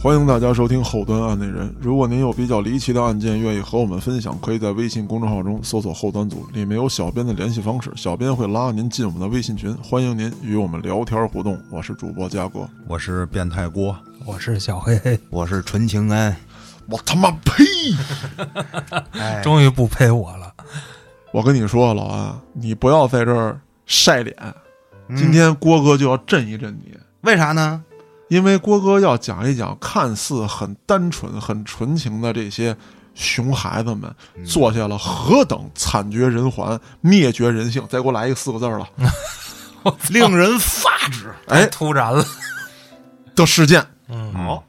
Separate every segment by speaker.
Speaker 1: 欢迎大家收听《后端案内人》。如果您有比较离奇的案件，愿意和我们分享，可以在微信公众号中搜索“后端组”，里面有小编的联系方式，小编会拉您进我们的微信群，欢迎您与我们聊天互动。我是主播嘉哥，
Speaker 2: 我是变态郭，
Speaker 3: 我是小黑黑，
Speaker 2: 我是纯情安。
Speaker 1: 我他妈呸！
Speaker 2: 哎，
Speaker 3: 终于不陪我了。
Speaker 1: 我跟你说，老安，你不要在这儿晒脸，今天郭哥就要震一震你。
Speaker 2: 为啥呢？
Speaker 1: 因为郭哥要讲一讲看似很单纯、很纯情的这些熊孩子们
Speaker 2: 嗯
Speaker 1: 做下了何等惨绝人寰、灭绝人性。再给我来一个四个字儿了，
Speaker 2: 令人发指。
Speaker 1: 哎
Speaker 3: 突然了，
Speaker 1: 的事件。
Speaker 2: 好，嗯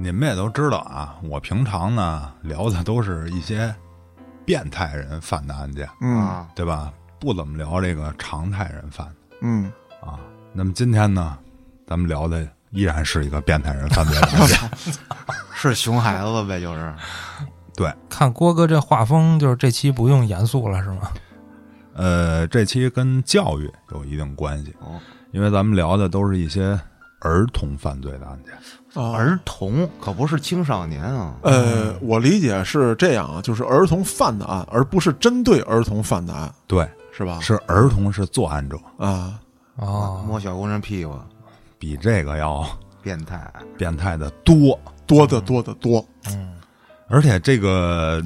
Speaker 2: 你们也都知道啊，我平常呢聊的都是一些变态人犯的案件，
Speaker 1: 嗯
Speaker 4: 啊
Speaker 2: 对吧？不怎么聊这个常态人犯的
Speaker 1: 嗯，
Speaker 2: 啊。那么今天呢，咱们聊的依然是一个变态人犯罪的案件。
Speaker 4: 是熊孩子呗，就是
Speaker 2: 对，
Speaker 3: 看郭哥这画风，就是这期不用严肃了是吗？
Speaker 2: 呃，这期跟教育有一定关系
Speaker 4: 哦，
Speaker 2: 因为咱们聊的都是一些儿童犯罪的案件。
Speaker 1: 啊
Speaker 4: 儿童，可不是青少年啊。
Speaker 1: 呃，我理解是这样啊，就是儿童犯的案，而不是针对儿童犯的案，
Speaker 2: 对，
Speaker 1: 是吧？
Speaker 2: 是儿童是作案者，
Speaker 1: 啊，
Speaker 3: 哦，
Speaker 4: 摸小姑娘屁股，
Speaker 2: 比这个要
Speaker 4: 变态。
Speaker 2: 变态的多，
Speaker 1: 多
Speaker 2: 嗯
Speaker 1: 得多得多。
Speaker 2: 而且这个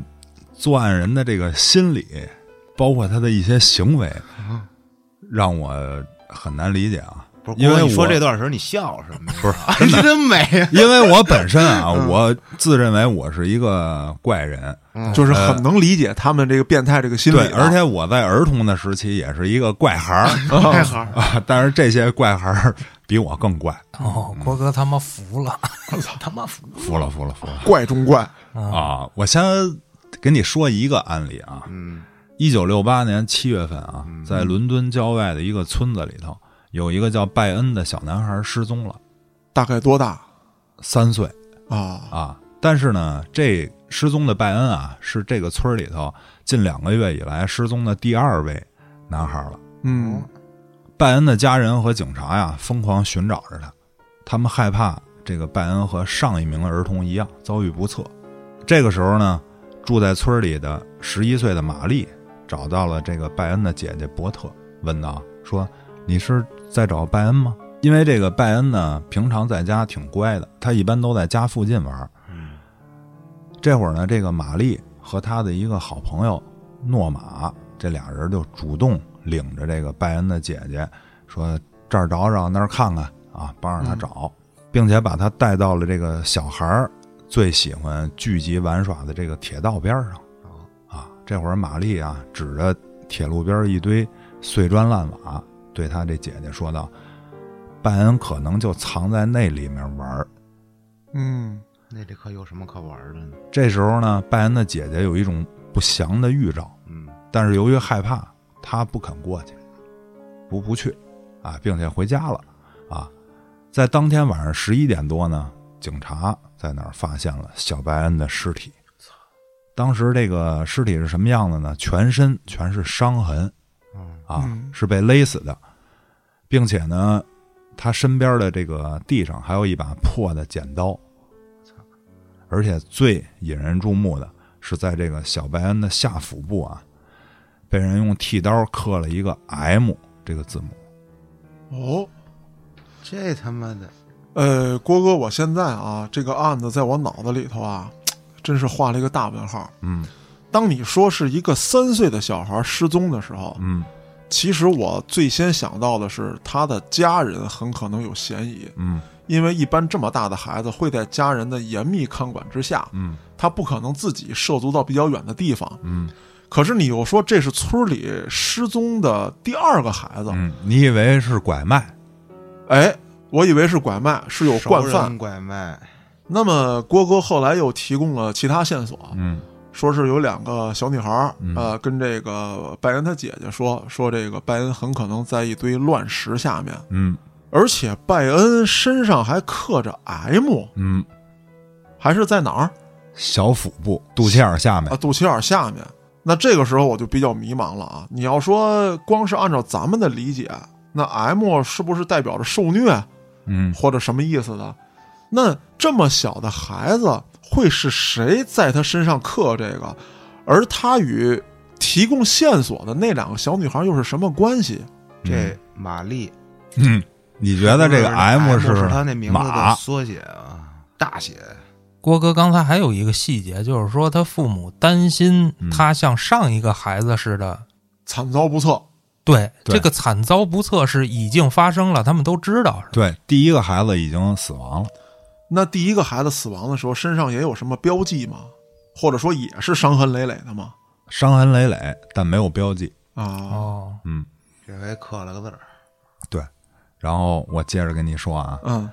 Speaker 2: 作案人的这个心理，包括他的一些行为，让我很难理解啊。
Speaker 4: 不是，
Speaker 2: 因
Speaker 4: 郭
Speaker 2: 为
Speaker 4: 哥你说
Speaker 2: 我
Speaker 4: 这段时候你笑什么呀？
Speaker 2: 不是，
Speaker 4: 哎，你真美呀！
Speaker 2: 因为我本身啊，我自认为我是一个怪人，
Speaker 1: 就是很能理解他们这个变态这个心理
Speaker 2: 嗯对，
Speaker 1: 啊，
Speaker 2: 而且我在儿童的时期也是一个怪孩儿。
Speaker 4: 太好了，
Speaker 2: 啊，但是这些怪孩儿比我更怪，
Speaker 3: 哦，郭哥他妈服了，他妈服了。
Speaker 2: 服了服了服了
Speaker 1: 怪中怪。
Speaker 3: 嗯
Speaker 2: 啊！我先给你说一个案例啊，
Speaker 4: 嗯，
Speaker 2: 一九六八年七月份啊，在伦敦郊外的一个村子里头，有一个叫拜恩的小男孩失踪了，
Speaker 1: 大概多大
Speaker 2: 三岁
Speaker 1: 啊？
Speaker 2: 啊。但是呢，这失踪的拜恩啊，是这个村儿里头近两个月以来失踪的第二位男孩了。
Speaker 1: 嗯
Speaker 2: 拜恩的家人和警察呀，疯狂寻找着他，他们害怕这个拜恩和上一名儿童一样遭遇不测。这个时候呢，住在村里的十一岁的玛丽找到了这个拜恩的姐姐伯特，问道：“说你是在找拜恩吗？”因为这个拜恩呢，平常在家挺乖的，他一般都在家附近玩儿。这会儿呢，这个玛丽和她的一个好朋友诺玛，这俩人就主动领着这个拜恩的姐姐，说这儿找找那儿看看啊，帮着她找，并且把她带到了这个小孩儿最喜欢聚集玩耍的这个铁道边儿上。啊，这会儿玛丽啊，指着铁路边儿一堆碎砖烂瓦，对她这姐姐说道：“拜恩可能就藏在那里面玩儿。”
Speaker 1: 嗯，
Speaker 4: 那里可有什么可玩的呢？
Speaker 2: 这时候呢，拜恩的姐姐有一种不祥的预兆，
Speaker 4: 嗯，
Speaker 2: 但是由于害怕，她不肯过去，不不去，啊，并且回家了，啊，在当天晚上十一点多呢，警察在那儿发现了小白恩的尸体。当时这个尸体是什么样的呢？全身全是伤痕，啊，是被勒死的，并且呢，他身边的这个地上还有一把破的剪刀，而且最引人注目的是，在这个小白恩的下腹部啊，被人用剃刀刻了一个 M 这个字母。
Speaker 1: 哦，
Speaker 4: 这他妈的，
Speaker 1: 呃，郭哥，我现在啊，这个案子在我脑子里头啊，真是画了一个大问号。
Speaker 2: 嗯
Speaker 1: 当你说是一个三岁的小孩失踪的时候，
Speaker 2: 嗯
Speaker 1: 其实我最先想到的是他的家人很可能有嫌疑，
Speaker 2: 嗯
Speaker 1: 因为一般这么大的孩子会在家人的严密看管之下，
Speaker 2: 嗯
Speaker 1: 他不可能自己涉足到比较远的地方。
Speaker 2: 嗯
Speaker 1: 可是你又说这是村里失踪的第二个孩子，
Speaker 2: 嗯，你以为是拐卖？
Speaker 1: 哎，我以为是拐卖，是有
Speaker 2: 啊
Speaker 1: 惯
Speaker 4: 熟
Speaker 1: 犯
Speaker 4: 人。拐卖，
Speaker 1: 那么郭哥后来又提供了其他线索，
Speaker 2: 嗯
Speaker 1: 说是有两个小女孩儿，
Speaker 2: 嗯
Speaker 1: 呃，跟这个拜恩他姐姐说，说这个拜恩很可能在一堆乱石下面，
Speaker 2: 嗯
Speaker 1: 而且拜恩身上还刻着 M，
Speaker 2: 嗯，
Speaker 1: 还是在哪儿
Speaker 2: 小腹部肚脐眼儿下面
Speaker 1: 啊？。肚脐眼下面。那这个时候我就比较迷茫了啊！你要说光是按照咱们的理解，那 M 是不是代表着受虐
Speaker 2: 嗯
Speaker 1: 或者什么意思的？那这么小的孩子会是谁在他身上刻这个？而他与提供线索的那两个小女孩又是什么关系？
Speaker 4: 这玛丽
Speaker 2: 嗯，你觉得这个
Speaker 4: 是哎
Speaker 2: M
Speaker 4: 是他那名字的
Speaker 2: 马？
Speaker 4: 缩写啊，大写。
Speaker 3: 郭哥刚才还有一个细节，就是说他父母担心
Speaker 2: 嗯
Speaker 3: 他像上一个孩子似的，
Speaker 1: 惨遭不测，
Speaker 3: 对
Speaker 2: 对
Speaker 3: 这个惨遭不测是已经发生了，他们都知道。
Speaker 2: 对，第一个孩子已经死亡了，
Speaker 1: 那第一个孩子死亡的时候，身上也有什么标记吗？或者说也是伤痕累累的吗？
Speaker 2: 伤痕累累，但没有标记。
Speaker 1: 啊
Speaker 3: 哦，
Speaker 4: 这回刻了个字儿，
Speaker 2: 然后我接着跟你说啊，
Speaker 1: 嗯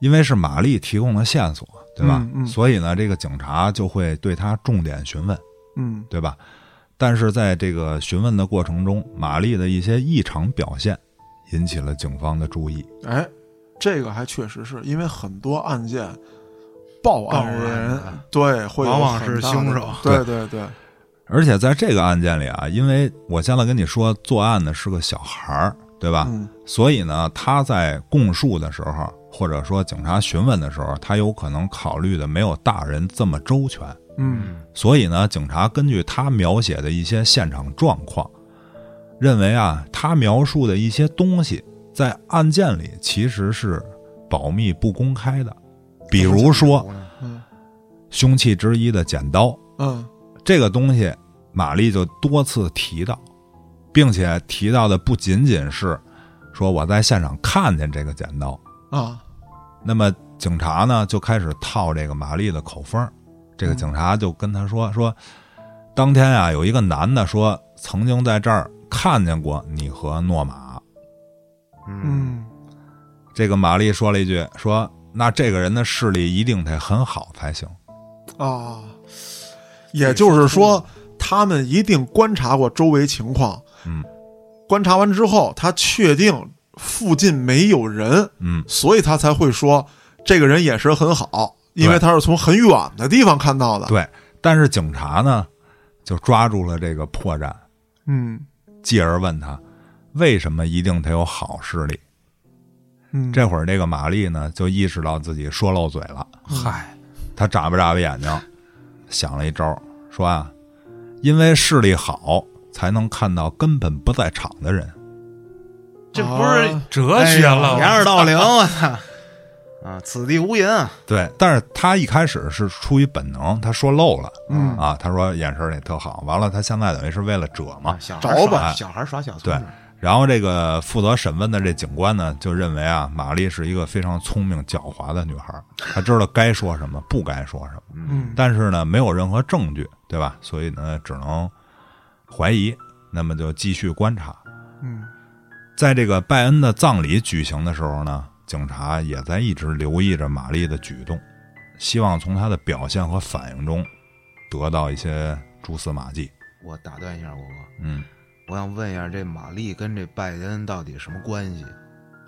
Speaker 2: 因为是玛丽提供的线索，对吧？
Speaker 1: 嗯嗯
Speaker 2: 所以呢，这个警察就会对他重点询问，
Speaker 1: 嗯
Speaker 2: 对吧？但是在这个询问的过程中，玛丽的一些异常表现引起了警方的注意。
Speaker 1: 哎，这个还确实是因为很多案件报案
Speaker 4: 报案
Speaker 1: 人
Speaker 4: 的
Speaker 1: 对会有
Speaker 4: 往往
Speaker 1: 很
Speaker 4: 是
Speaker 1: 大的
Speaker 4: 凶手啊
Speaker 1: 对对对，
Speaker 2: 而且在这个案件里啊，因为我现在跟你说作案的是个小孩儿，对吧？
Speaker 1: 嗯
Speaker 2: 所以呢，他在供述的时候，或者说警察询问的时候，他有可能考虑的没有大人这么周全。
Speaker 1: 嗯
Speaker 2: 所以呢，警察根据他描写的一些现场状况，认为啊，他描述的一些东西在案件里其实是保密不公开的，比如说
Speaker 1: 嗯
Speaker 2: 凶器之一的剪刀
Speaker 1: 嗯
Speaker 2: 这个东西，玛丽就多次提到，并且提到的不仅仅是说我在现场看见这个剪刀，
Speaker 1: 啊
Speaker 2: 那么警察呢就开始套这个玛丽的口风儿，这个警察就跟他说说，当天啊有一个男的说曾经在这儿看见过你和诺玛。
Speaker 4: 嗯，
Speaker 1: 嗯
Speaker 2: 这个玛丽说了一句说那这个人的视力一定得很好才行。
Speaker 1: 啊，也就是说，他们一定观察过周围情况，
Speaker 2: 嗯
Speaker 1: 观察完之后，他确定附近没有人，
Speaker 2: 嗯，
Speaker 1: 所以他才会说这个人眼神很好，因为
Speaker 2: 对
Speaker 1: 他是从很远的地方看到的。
Speaker 2: 对。但是警察呢就抓住了这个破绽，
Speaker 1: 嗯
Speaker 2: 继而问他为什么一定得有好视力。
Speaker 1: 嗯，
Speaker 2: 这会儿这个玛丽呢就意识到自己说漏嘴了。
Speaker 3: 嗨，
Speaker 2: 他眨巴眨巴眼睛，想了一招，说啊，因为视力好，才能看到根本不在场的人。
Speaker 4: 这不是
Speaker 1: 啊
Speaker 3: 哲学了，
Speaker 4: 哎呦掩耳盗铃，我操！啊，此地无银啊！
Speaker 2: 对，但是他一开始是出于本能，他说漏了
Speaker 1: 嗯
Speaker 2: 啊，他说眼神儿也特好。完了，他现在等于是为了遮嘛
Speaker 4: 啊，。小
Speaker 1: 找
Speaker 4: 孩耍
Speaker 1: 吧
Speaker 4: 小孩耍小
Speaker 2: 对
Speaker 4: 聪明，
Speaker 2: 然后这个负责审问的这警官呢，就认为啊，玛丽是一个非常聪明狡猾的女孩儿，她知道该说什么，不该说什么。
Speaker 1: 嗯
Speaker 2: 但是呢，没有任何证据，对吧？所以呢，只能怀疑。那么就继续观察。
Speaker 1: 嗯
Speaker 2: 在这个拜恩的葬礼举行的时候呢，警察也在一直留意着玛丽的举动，希望从她的表现和反应中得到一些蛛丝马迹。
Speaker 4: 我打断一下，郭哥，
Speaker 2: 嗯，
Speaker 4: 我想问一下，这玛丽跟这拜恩到底什么关系？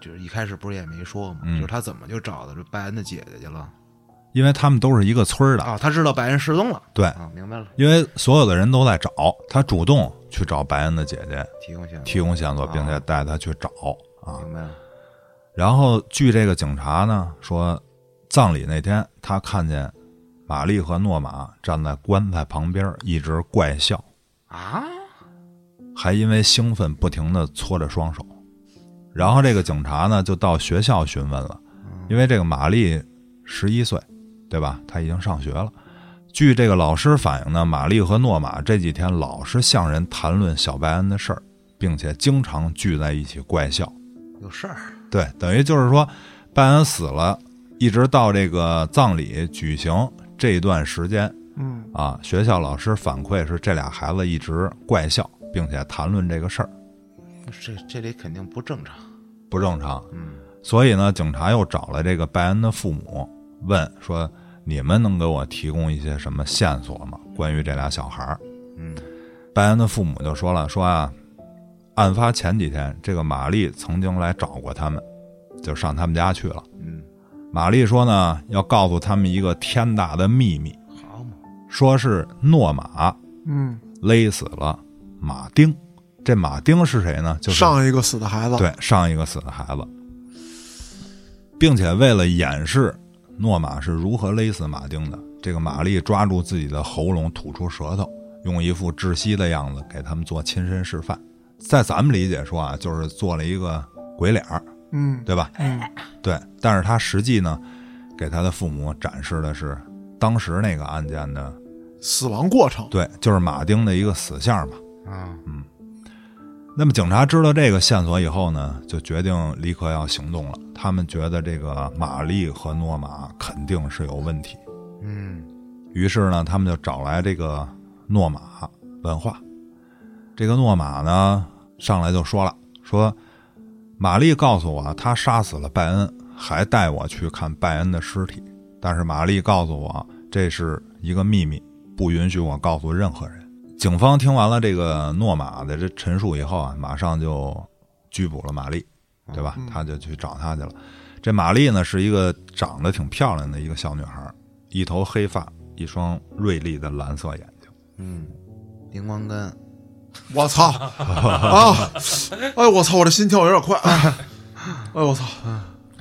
Speaker 4: 就是一开始不是也没说吗？
Speaker 2: 嗯
Speaker 4: 就是他怎么就找到这拜恩的姐姐去了？
Speaker 2: 因为他们都是一个村儿的，
Speaker 4: 啊，他知道拜恩失踪了。
Speaker 2: 对
Speaker 4: 啊，明白了，
Speaker 2: 因为所有的人都在找他，主动去找白恩的姐姐
Speaker 4: 提供线索，
Speaker 2: 提供线索，
Speaker 4: 啊
Speaker 2: 并且带她去找啊。
Speaker 4: 明白了。
Speaker 2: 然后据这个警察呢说，葬礼那天他看见玛丽和诺玛站在棺材旁边，一直怪笑。
Speaker 4: 啊，
Speaker 2: 还因为兴奋不停地搓着双手。然后这个警察呢，就到学校询问了，因为这个玛丽十一岁，对吧？她已经上学了。据这个老师反映呢，玛丽和诺玛这几天老是向人谈论小白恩的事儿，并且经常聚在一起怪笑。
Speaker 4: 有事儿，
Speaker 2: 对，等于就是说，拜恩死了，一直到这个葬礼举行这段时间，
Speaker 1: 嗯
Speaker 2: 啊，学校老师反馈是这俩孩子一直怪笑，并且谈论这个事儿
Speaker 4: 这这里肯定不正常。
Speaker 2: 不正常。
Speaker 4: 嗯，
Speaker 2: 所以呢，警察又找了这个拜恩的父母，问说：“你们能给我提供一些什么线索吗？关于这俩小孩儿？”
Speaker 4: 嗯，
Speaker 2: 拜恩的父母就说了：“说啊，案发前几天，这个玛丽曾经来找过他们，就上他们家去了。
Speaker 4: 嗯，
Speaker 2: 玛丽说呢，要告诉他们一个天大的秘密，
Speaker 4: 好嘛，
Speaker 2: 说是诺玛
Speaker 1: 嗯，
Speaker 2: 勒死了马丁。这马丁是谁呢？就是
Speaker 1: 上一个死的孩子，
Speaker 2: 对上一个死的孩子。并且为了掩饰诺玛是如何勒死马丁的，这个玛丽抓住自己的喉咙吐出舌头，用一副窒息的样子给他们做亲身示范。在咱们理解说啊，就是做了一个鬼脸儿，
Speaker 1: 嗯，
Speaker 2: 对吧？
Speaker 1: 嗯，
Speaker 2: 对，但是他实际呢，给他的父母展示的是当时那个案件的，
Speaker 1: 死亡过程，
Speaker 2: 对，就是马丁的一个死相嘛。
Speaker 4: 啊，
Speaker 2: 那么警察知道这个线索以后呢，就决定立刻要行动了。他们觉得这个玛丽和诺玛肯定是有问题，
Speaker 4: 嗯
Speaker 2: 于是呢，他们就找来这个诺玛问话。这个诺玛呢，上来就说了，说玛丽告诉我啊，她杀死了拜恩，还带我去看拜恩的尸体。但是玛丽告诉我，这是一个秘密，不允许我告诉任何人。警方听完了这个诺玛的这陈述以后啊，马上就拘捕了玛丽，对吧
Speaker 1: 嗯？
Speaker 2: 他就去找她去了。这玛丽呢，是一个长得挺漂亮的一个小女孩，一头黑发，一双锐利的蓝色眼睛。
Speaker 4: 嗯，灵光根，
Speaker 1: 我 操啊！哎，我操，我这心跳有点快，哎，哎我操，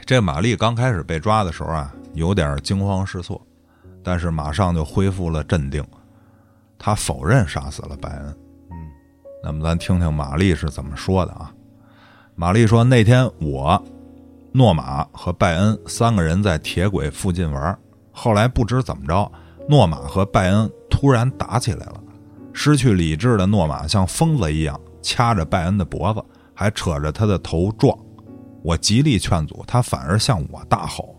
Speaker 2: 这玛丽刚开始被抓的时候啊，有点惊慌失措，但是马上就恢复了镇定。她否认杀死了拜恩。
Speaker 4: 嗯，
Speaker 2: 那么咱听听玛丽是怎么说的啊？玛丽说：“那天我、诺玛和拜恩三个人在铁轨附近玩，后来不知怎么着，诺玛和拜恩突然打起来了。失去理智的诺玛像疯子一样掐着拜恩的脖子，还扯着他的头撞。我极力劝阻，他反而向我大吼。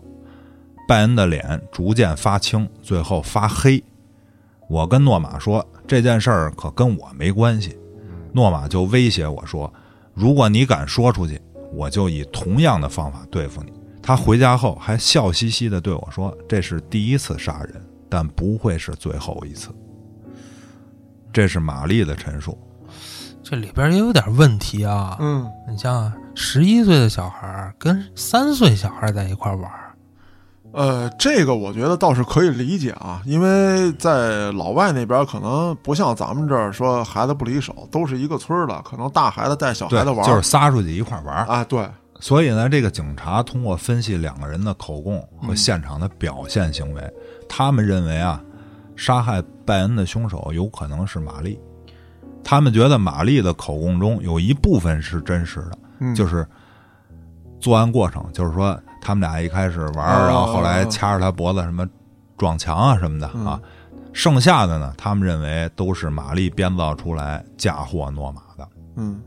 Speaker 2: 拜恩的脸逐渐发青，最后发黑。我跟诺玛说这件事儿可跟我没关系，
Speaker 1: 嗯
Speaker 2: 诺玛就威胁我说：“如果你敢说出去，我就以同样的方法对付你。”他回家后还笑嘻嘻地对我说：“这是第一次杀人，但不会是最后一次。”这是玛丽的陈述。
Speaker 3: 这里边也有点问题啊。
Speaker 1: 嗯，
Speaker 3: 你像十一岁的小孩儿跟三岁小孩儿在一块儿玩儿，
Speaker 1: 呃，这个我觉得倒是可以理解啊，因为在老外那边可能不像咱们这儿说孩子不离手，都是一个村儿的，可能大孩子带小
Speaker 2: 对
Speaker 1: 孩子，玩，
Speaker 2: 就是仨出去一块儿玩儿。
Speaker 1: 啊，对，
Speaker 2: 所以呢，这个警察通过分析两个人的口供和现场的表现行为，他们认为啊，杀害拜恩的凶手有可能是玛丽。他们觉得玛丽的口供中有一部分是真实的，
Speaker 1: 嗯
Speaker 2: 就是作案过程，就是说他们俩一开始玩儿，
Speaker 1: 哦
Speaker 2: 然后后来掐着他脖子什么撞墙啊什么的
Speaker 1: 嗯
Speaker 2: 啊。剩下的呢，他们认为都是玛丽编造出来嫁祸诺玛的。
Speaker 1: 嗯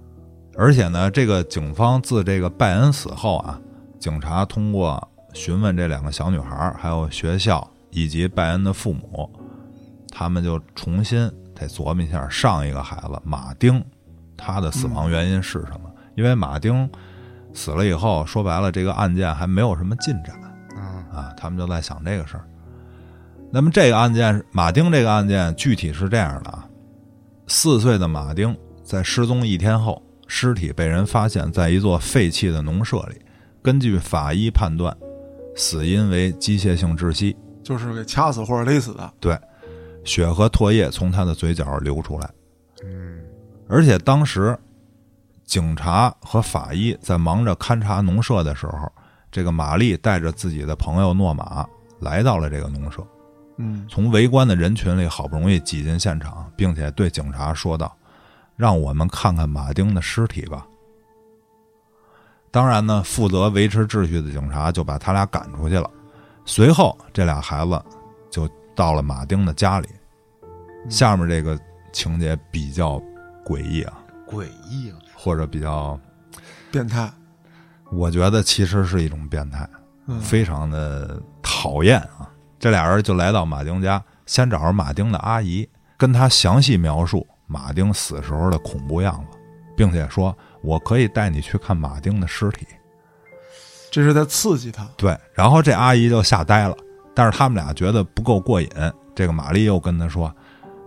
Speaker 2: 而且呢，这个警方自这个拜恩死后啊，警察通过询问这两个小女孩儿，还有学校以及拜恩的父母，他们就重新得琢磨一下上一个孩子马丁他的死亡原因是什么，因为马丁死了以后，说白了这个案件还没有什么进展。
Speaker 4: 啊，
Speaker 2: 啊，他们就在想这个事儿。那么这个案件，马丁这个案件具体是这样的啊：四岁的马丁在失踪一天后，尸体被人发现在一座废弃的农舍里。根据法医判断，死因为机械性窒息，
Speaker 1: 就是给掐死或者勒死的，
Speaker 2: 血和唾液从他的嘴角流出来。
Speaker 4: 嗯
Speaker 2: 而且当时，警察和法医在忙着勘察农舍的时候，这个玛丽带着自己的朋友诺玛来到了这个农舍。
Speaker 1: 嗯
Speaker 2: 从围观的人群里好不容易挤进现场，并且对警察说道：“让我们看看马丁的尸体吧。”当然呢，负责维持秩序的警察就把他俩赶出去了。随后，这俩孩子就到了马丁的家里。下面这个情节比较诡异啊，
Speaker 4: 诡异了，
Speaker 2: 或者比较，
Speaker 1: 变态，
Speaker 2: 我觉得其实是一种变态。
Speaker 1: 嗯
Speaker 2: 非常的讨厌啊。这俩人就来到马丁家，先找着马丁的阿姨，跟她详细描述马丁死时候的恐怖样子，并且说：“我可以带你去看马丁的尸体。
Speaker 1: 这是在刺激他”，
Speaker 2: 对，然后这阿姨就吓呆了。但是他们俩觉得不够过瘾，这个玛丽又跟他说：“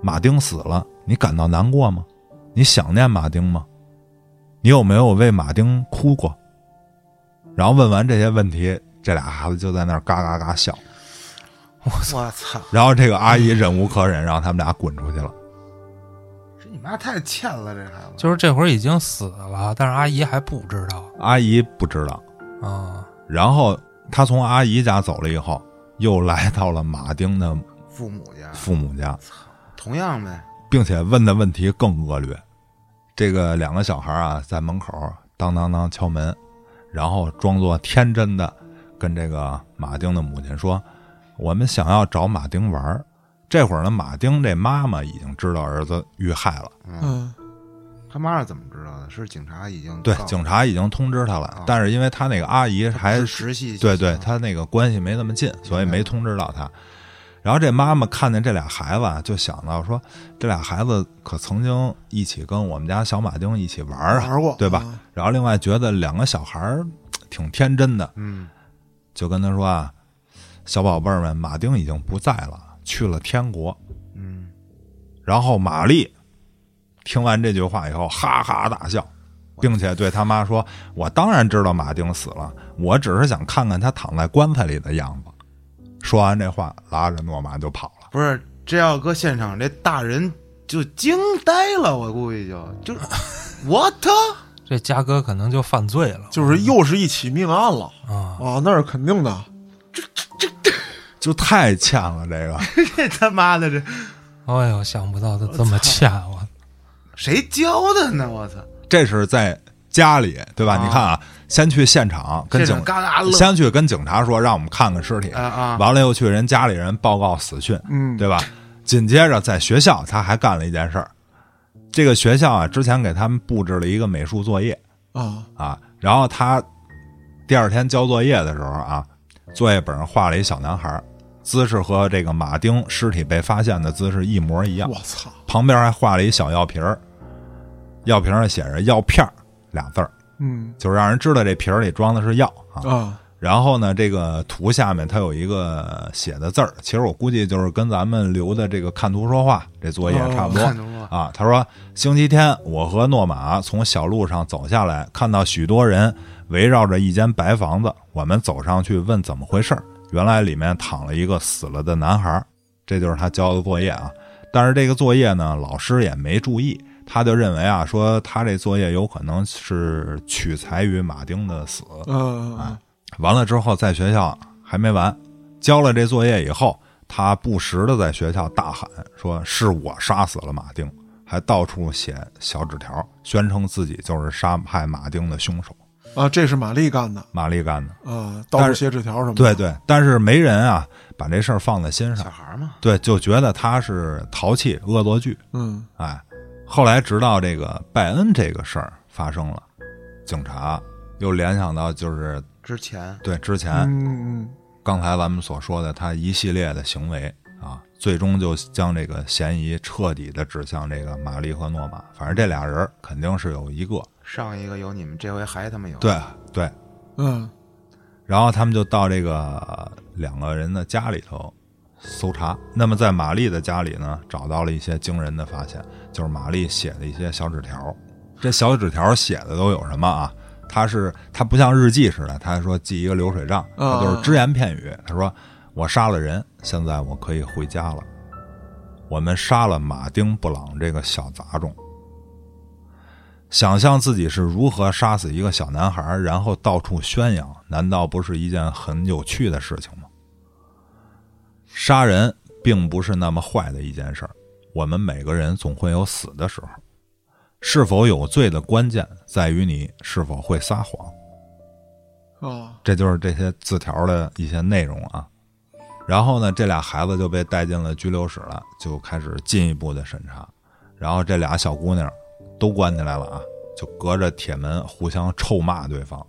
Speaker 2: 马丁死了，你感到难过吗？你想念马丁吗？你有没有为马丁哭过？”然后问完这些问题，这俩孩子就在那儿嘎嘎嘎笑。
Speaker 4: 我操，
Speaker 2: 然后这个阿姨忍无可忍，让他们俩滚出去了。
Speaker 4: 这你妈太欠了，这孩子，
Speaker 3: 就是这会儿已经死了，但是阿姨还不知道
Speaker 2: 阿姨不知道，
Speaker 3: 啊。
Speaker 2: 然后他从阿姨家走了以后，又来到了马丁的
Speaker 4: 父母家
Speaker 2: 父母家，
Speaker 4: 同样呗，
Speaker 2: 并且问的问题更恶劣。这个两个小孩啊，在门口当当当敲门，然后装作天真的跟这个马丁的母亲说：“我们想要找马丁玩儿。”这会儿呢，马丁这妈妈已经知道儿子遇害了，
Speaker 1: 嗯，
Speaker 4: 他妈是怎么知道的？是警察已经
Speaker 2: 对，
Speaker 4: 告啊
Speaker 2: 警察已经通知他了，但是因为他那个阿姨
Speaker 4: 他不
Speaker 2: 还
Speaker 4: 是直系
Speaker 2: 对对，
Speaker 4: 亲戚吗
Speaker 2: 他那个关系没那么近，所以没通知到他。然后这妈妈看见这俩孩子，啊，就想到说，这俩孩子可曾经一起跟我们家小马丁一起玩儿啊，
Speaker 1: 玩过
Speaker 2: 对吧？
Speaker 1: 嗯
Speaker 2: 然后另外觉得两个小孩儿挺天真的，
Speaker 4: 嗯
Speaker 2: 就跟他说啊，小宝贝儿们，马丁已经不在了，去了天国。
Speaker 4: 嗯，
Speaker 2: 然后玛丽听完这句话以后，哈哈大笑，并且对他妈说：“我当然知道马丁死了，我只是想看看他躺在棺材里的样子。”说完这话，拉着诺玛就跑了。
Speaker 4: 不是，这要搁现场，这大人就惊呆了，我估计就就 what
Speaker 3: 这嘉哥可能就犯罪了
Speaker 1: 就是又是一起命案了
Speaker 3: 啊！
Speaker 2: 嗯
Speaker 1: 啊，那是肯定的。
Speaker 2: 就太欠了这个，
Speaker 4: 这他妈的这
Speaker 3: 哎呦，想不到他这么欠我，
Speaker 4: 谁教的呢？我操！
Speaker 2: 这是在家里对吧？
Speaker 4: 啊
Speaker 2: 你看啊，先去现场跟
Speaker 4: 现
Speaker 2: 警
Speaker 4: 场嘎嘎乐
Speaker 2: 先去跟警察说，让我们看看尸体，
Speaker 4: 啊啊
Speaker 2: 完了又去人家里人报告死讯，
Speaker 1: 嗯，
Speaker 2: 对吧？紧接着在学校，他还干了一件事儿。这个学校啊，之前给他们布置了一个美术作业
Speaker 1: 啊，
Speaker 2: 啊，然后他第二天交作业的时候啊，作业本上画了一小男孩儿，姿势和这个马丁尸体被发现的姿势一模一样
Speaker 1: 我，操，
Speaker 2: 旁边还画了一小药瓶儿，药瓶上写着“药片儿”俩字儿，
Speaker 1: 嗯
Speaker 2: 就是让人知道这瓶儿里装的是药啊。
Speaker 1: 啊，
Speaker 2: 然后呢，这个图下面它有一个写的字儿，其实我估计就是跟咱们留的这个看图说话这作业差不多、
Speaker 4: 哦看图说
Speaker 2: 啊。他说，星期天我和诺玛从小路上走下来，看到许多人围绕着一间白房子，我们走上去问怎么回事儿，原来里面躺了一个死了的男孩儿，这就是他交的作业啊。但是这个作业呢，老师也没注意。他就认为啊，说他这作业有可能是取材于马丁的死，
Speaker 1: 嗯、啊，
Speaker 2: 完了之后，在学校还没完，交了这作业以后，他不时的在学校大喊说：“是我杀死了马丁！”还到处写小纸条，宣称自己就是杀害马丁的凶手，
Speaker 1: 啊，这是玛丽干的
Speaker 2: 玛丽干的。
Speaker 1: 啊，到
Speaker 2: 但
Speaker 1: 处
Speaker 2: 是
Speaker 1: 写纸条什么的。
Speaker 2: 对对，但是没人啊把这事儿放在心
Speaker 4: 小
Speaker 2: 上，
Speaker 4: 孩嘛，
Speaker 2: 对，就觉得他是淘气恶作剧。
Speaker 1: 嗯
Speaker 2: 哎，后来直到这个拜恩这个事儿发生了，警察又联想到就是
Speaker 4: 之前
Speaker 2: 对之前
Speaker 1: 嗯嗯
Speaker 2: 刚才咱们所说的他一系列的行为啊，最终就将这个嫌疑彻底的指向这个玛丽和诺玛。反正这俩人肯定是有一个，
Speaker 4: 上一个有你们，这回还他妈有
Speaker 2: 对对。
Speaker 1: 嗯
Speaker 2: 然后他们就到这个两个人的家里头搜查。那么在玛丽的家里呢，找到了一些惊人的发现，就是玛丽写的一些小纸条。这小纸条写的都有什么啊？他是他不像日记似的，他说记一个流水账，
Speaker 1: 啊
Speaker 2: 他就是只言片语。他说我杀了人，现在我可以回家了。我们杀了马丁·布朗这个小杂种。想象自己是如何杀死一个小男孩，然后到处宣扬，难道不是一件很有趣的事情吗？杀人并不是那么坏的一件事儿，我们每个人总会有死的时候。是否有罪的关键在于你是否会撒谎。
Speaker 1: 啊，
Speaker 2: 这就是这些字条的一些内容啊。然后呢，这俩孩子就被带进了拘留室了，就开始进一步的审查。然后这俩小姑娘都关起来了啊，就隔着铁门互相臭骂对方，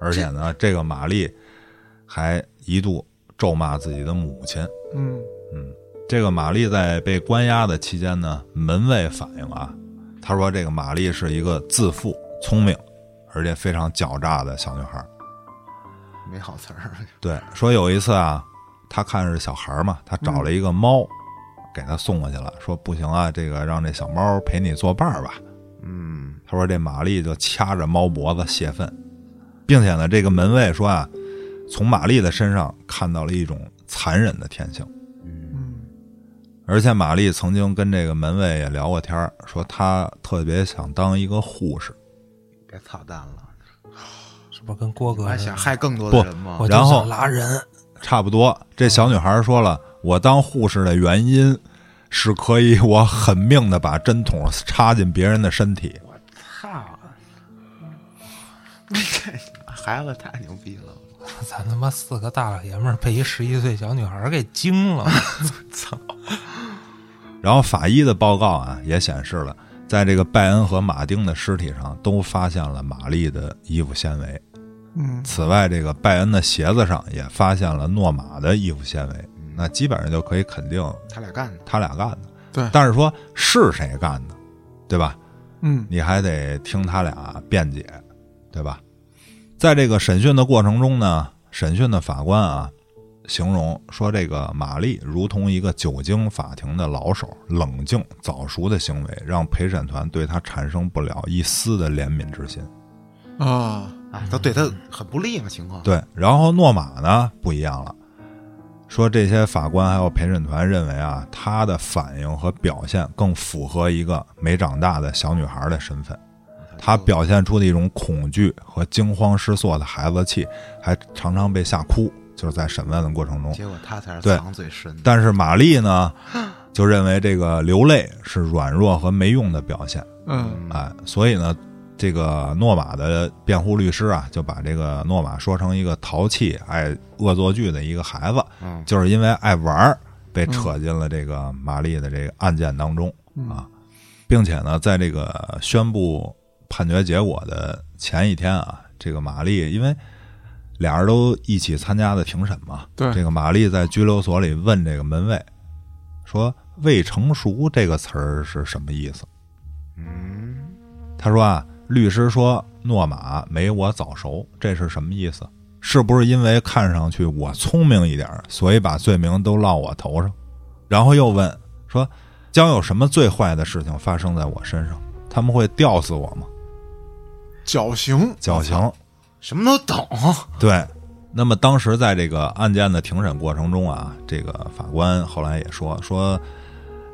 Speaker 2: 而且呢，这个玛丽还一度咒骂自己的母亲。
Speaker 1: 嗯
Speaker 2: 这个玛丽在被关押的期间呢，门卫反映啊，他说这个玛丽是一个自负、聪明，而且非常狡诈的小女孩。
Speaker 4: 没好词儿，
Speaker 2: 对，说有一次啊，他看是小孩儿嘛，他找了一个猫，给他送过去了，说不行啊，这个让这小猫陪你作伴儿吧。
Speaker 4: 嗯，
Speaker 2: 他说这玛丽就掐着猫脖子泄愤，并且呢，这个门卫说啊，从玛丽的身上看到了一种残忍的天性。
Speaker 1: 嗯
Speaker 2: 而且玛丽曾经跟这个门卫也聊过天儿，说她特别想当一个护士。
Speaker 4: 别操蛋了，
Speaker 3: 不是跟郭哥
Speaker 4: 还
Speaker 3: 似的
Speaker 4: 想？害更多
Speaker 2: 不
Speaker 4: 的人吗
Speaker 3: 我？就
Speaker 2: 然后
Speaker 3: 想拉人，
Speaker 2: 差不多。这小女孩说了，我当护士的原因是可以我狠命的把针筒插进别人的身体。
Speaker 4: 操！ 孩子太牛逼了！
Speaker 3: 咱他妈四个大老爷们儿被一十一岁小女孩儿给惊了，操！
Speaker 2: 然后法医的报告啊也显示了，在这个拜恩和马丁的尸体上都发现了玛丽的衣服纤维。
Speaker 1: 嗯，
Speaker 2: 此外，这个拜恩的鞋子上也发现了诺玛的衣服纤维。那基本上就可以肯定
Speaker 4: 他俩干的，
Speaker 2: 他俩干的。
Speaker 1: 对
Speaker 2: 但是说是谁干的，对吧？
Speaker 1: 嗯，
Speaker 2: 你还得听他俩辩解，对吧？在这个审讯的过程中呢，审讯的法官啊，形容说这个玛丽如同一个久经法庭的老手，冷静早熟的行为让陪审团对她产生不了一丝的怜悯之心。
Speaker 1: 啊，
Speaker 4: 啊，都对他很不利嘛情况。
Speaker 2: 嗯对，然后诺玛呢不一样了，说这些法官还有陪审团认为啊，她的反应和表现更符合一个没长大的小女孩的身份。她表现出的一种恐惧和惊慌失措的孩子气，还常常被吓哭，就是在审问的过程中。
Speaker 4: 结果他才是
Speaker 2: 对
Speaker 4: 藏最深的。
Speaker 2: 但是玛丽呢，就认为这个流泪是软弱和没用的表现。
Speaker 1: 嗯，
Speaker 2: 哎，所以呢，这个诺玛的辩护律师啊，就把这个诺玛说成一个淘气、爱恶作剧的一个孩子，
Speaker 4: 嗯，
Speaker 2: 就是因为爱玩儿被扯进了这个玛丽的这个案件当中啊，并且呢，在这个宣布判决结果的前一天啊，这个玛丽因为俩人都一起参加的庭审嘛，
Speaker 1: 对
Speaker 2: 这个玛丽在拘留所里问这个门卫说“未成熟”这个词儿是什么意思？
Speaker 4: 嗯，
Speaker 2: 他说啊，律师说诺玛没我早熟，这是什么意思？是不是因为看上去我聪明一点儿，所以把罪名都落我头上？然后又问说，将有什么最坏的事情发生在我身上？他们会吊死我吗？
Speaker 1: 绞刑，
Speaker 2: 绞刑。
Speaker 4: 什么都懂。
Speaker 2: 对，那么当时在这个案件的庭审过程中啊，这个法官后来也说说，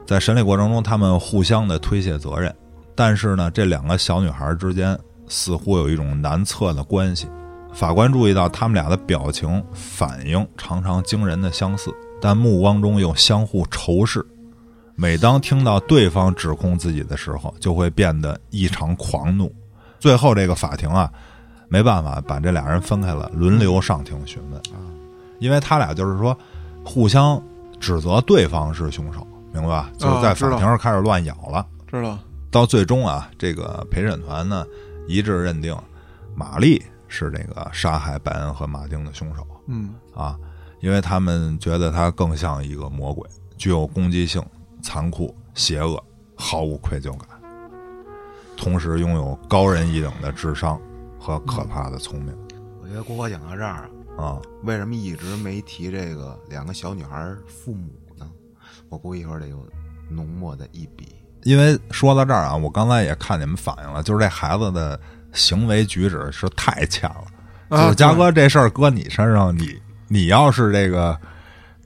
Speaker 2: 在审理过程中他们互相的推卸责任，但是呢，这两个小女孩之间似乎有一种难测的关系。法官注意到他们俩的表情反应常常惊人的相似，但目光中又相互仇视。每当听到对方指控自己的时候，就会变得异常狂怒。最后，这个法庭啊，没办法把这俩人分开了，轮流上庭询问啊，因为他俩就是说互相指责对方是凶手，明白吧？就是在
Speaker 1: 啊知道
Speaker 2: 法庭上开始乱咬了。
Speaker 1: 知道，
Speaker 2: 到最终啊，这个陪审团呢一致认定玛丽是这个杀害拜恩和马丁的凶手
Speaker 1: 嗯，
Speaker 2: 啊，因为他们觉得他更像一个魔鬼，具有攻击性、残酷、邪恶，毫无愧疚感，同时拥有高人一等的智商和可怕的聪明
Speaker 4: 我觉得郭哥讲到这儿，
Speaker 2: 啊。
Speaker 4: 为什么一直没提这个两个小女孩儿父母呢？我估计一会儿得有浓墨的一笔。
Speaker 2: 因为说到这儿啊，我刚才也看你们反映了，就是这孩子的行为举止是太欠了。
Speaker 1: 啊
Speaker 2: 就是嘉
Speaker 1: 对
Speaker 2: 哥这事儿搁你身上，你你要是这个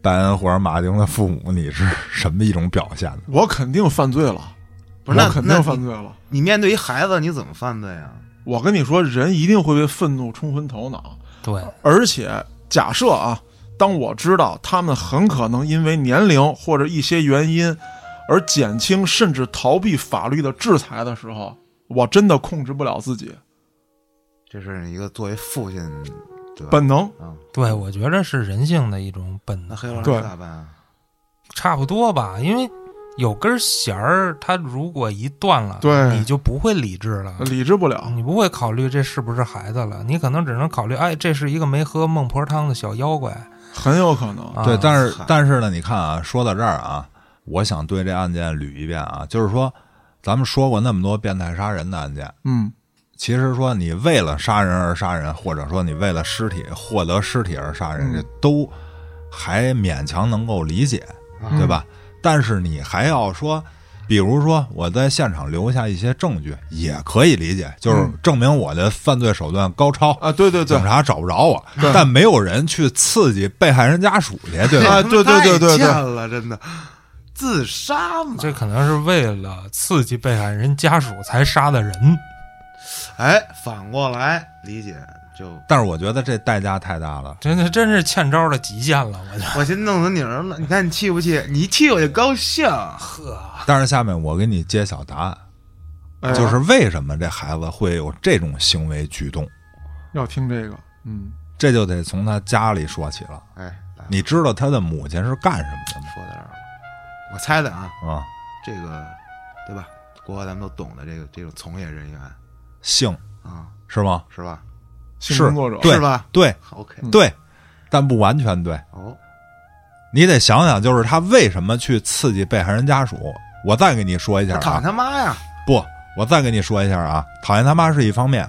Speaker 2: 拜恩或者马丁的父母，你是什么一种表现呢？
Speaker 1: 我肯定犯罪了，
Speaker 4: 不是
Speaker 1: 我
Speaker 4: 那
Speaker 1: 肯
Speaker 4: 那
Speaker 1: 定
Speaker 4: 你
Speaker 1: 犯罪了。
Speaker 4: 你面对一孩子，你怎么犯罪啊？
Speaker 1: 我跟你说，人一定会被愤怒冲昏头脑，
Speaker 3: 对，
Speaker 1: 而且假设啊，当我知道他们很可能因为年龄或者一些原因而减轻甚至逃避法律的制裁的时候，我真的控制不了自己，
Speaker 4: 这是一个作为父亲，对吧？
Speaker 1: 本能。
Speaker 4: 啊，
Speaker 3: 对，我觉得是人性的一种本
Speaker 4: 那
Speaker 3: 能，
Speaker 4: 黑老师
Speaker 1: 对
Speaker 4: 咋办啊？
Speaker 3: 差不多吧。因为有根弦儿，它如果一断了，
Speaker 1: 对
Speaker 3: 你就不会理智了，
Speaker 1: 理智不了。
Speaker 3: 你不会考虑这是不是孩子了，你可能只能考虑，哎，这是一个没喝孟婆汤的小妖怪。
Speaker 1: 很有可能。
Speaker 3: 啊、
Speaker 2: 对，但是
Speaker 4: 嗨
Speaker 2: 但是呢，你看啊，说到这儿啊，我想对这案件捋一遍啊，就是说，咱们说过那么多变态杀人的案件，
Speaker 1: 嗯，
Speaker 2: 其实说你为了杀人而杀人，或者说你为了尸体获得尸体而杀人，
Speaker 1: 嗯
Speaker 2: 这都还勉强能够理解，
Speaker 1: 啊
Speaker 4: 嗯
Speaker 2: 对吧？但是你还要说，比如说我在现场留下一些证据，也可以理解，就是
Speaker 1: 嗯
Speaker 2: 证明我的犯罪手段高超，
Speaker 1: 啊，对对对
Speaker 2: 警，察找不着我，但没有人去刺激被害人家属去，对吧？
Speaker 1: 啊对对对对对
Speaker 4: 太贱了，真的自杀嘛？
Speaker 3: 这可能是为了刺激被害人家属才杀的人。
Speaker 4: 哎，反过来理解，就
Speaker 2: 但是我觉得这代价太大了。
Speaker 3: 真的真是欠招的极限了，我就
Speaker 4: 我先弄死你儿子，你看你气不气？你一气我就高兴。哎
Speaker 3: 呵，
Speaker 2: 但是下面我给你揭晓答案，
Speaker 1: 哎
Speaker 2: 就是为什么这孩子会有这种行为举动，
Speaker 1: 要听这个，嗯，
Speaker 2: 这就得从他家里说起了。
Speaker 4: 哎，来吧
Speaker 2: 你知道他的母亲是干什么的吗？
Speaker 4: 说到这儿了，我猜的啊，
Speaker 2: 啊，
Speaker 4: 这个对吧？国外咱们都懂的这个这种从业人员
Speaker 2: 性
Speaker 4: 啊，
Speaker 2: 是吗？
Speaker 4: 是吧？
Speaker 1: 性
Speaker 2: 是
Speaker 1: 工作者
Speaker 2: 对
Speaker 4: 是吧
Speaker 2: 对
Speaker 4: ？OK，
Speaker 1: 嗯
Speaker 2: 对，但不完全对。
Speaker 4: 哦，
Speaker 2: 你得想想，就是他为什么去刺激被害人家属。我再给你说一下啊
Speaker 4: 他躺，他妈呀！
Speaker 2: 不，我再跟你说一下啊，讨厌他妈是一方面。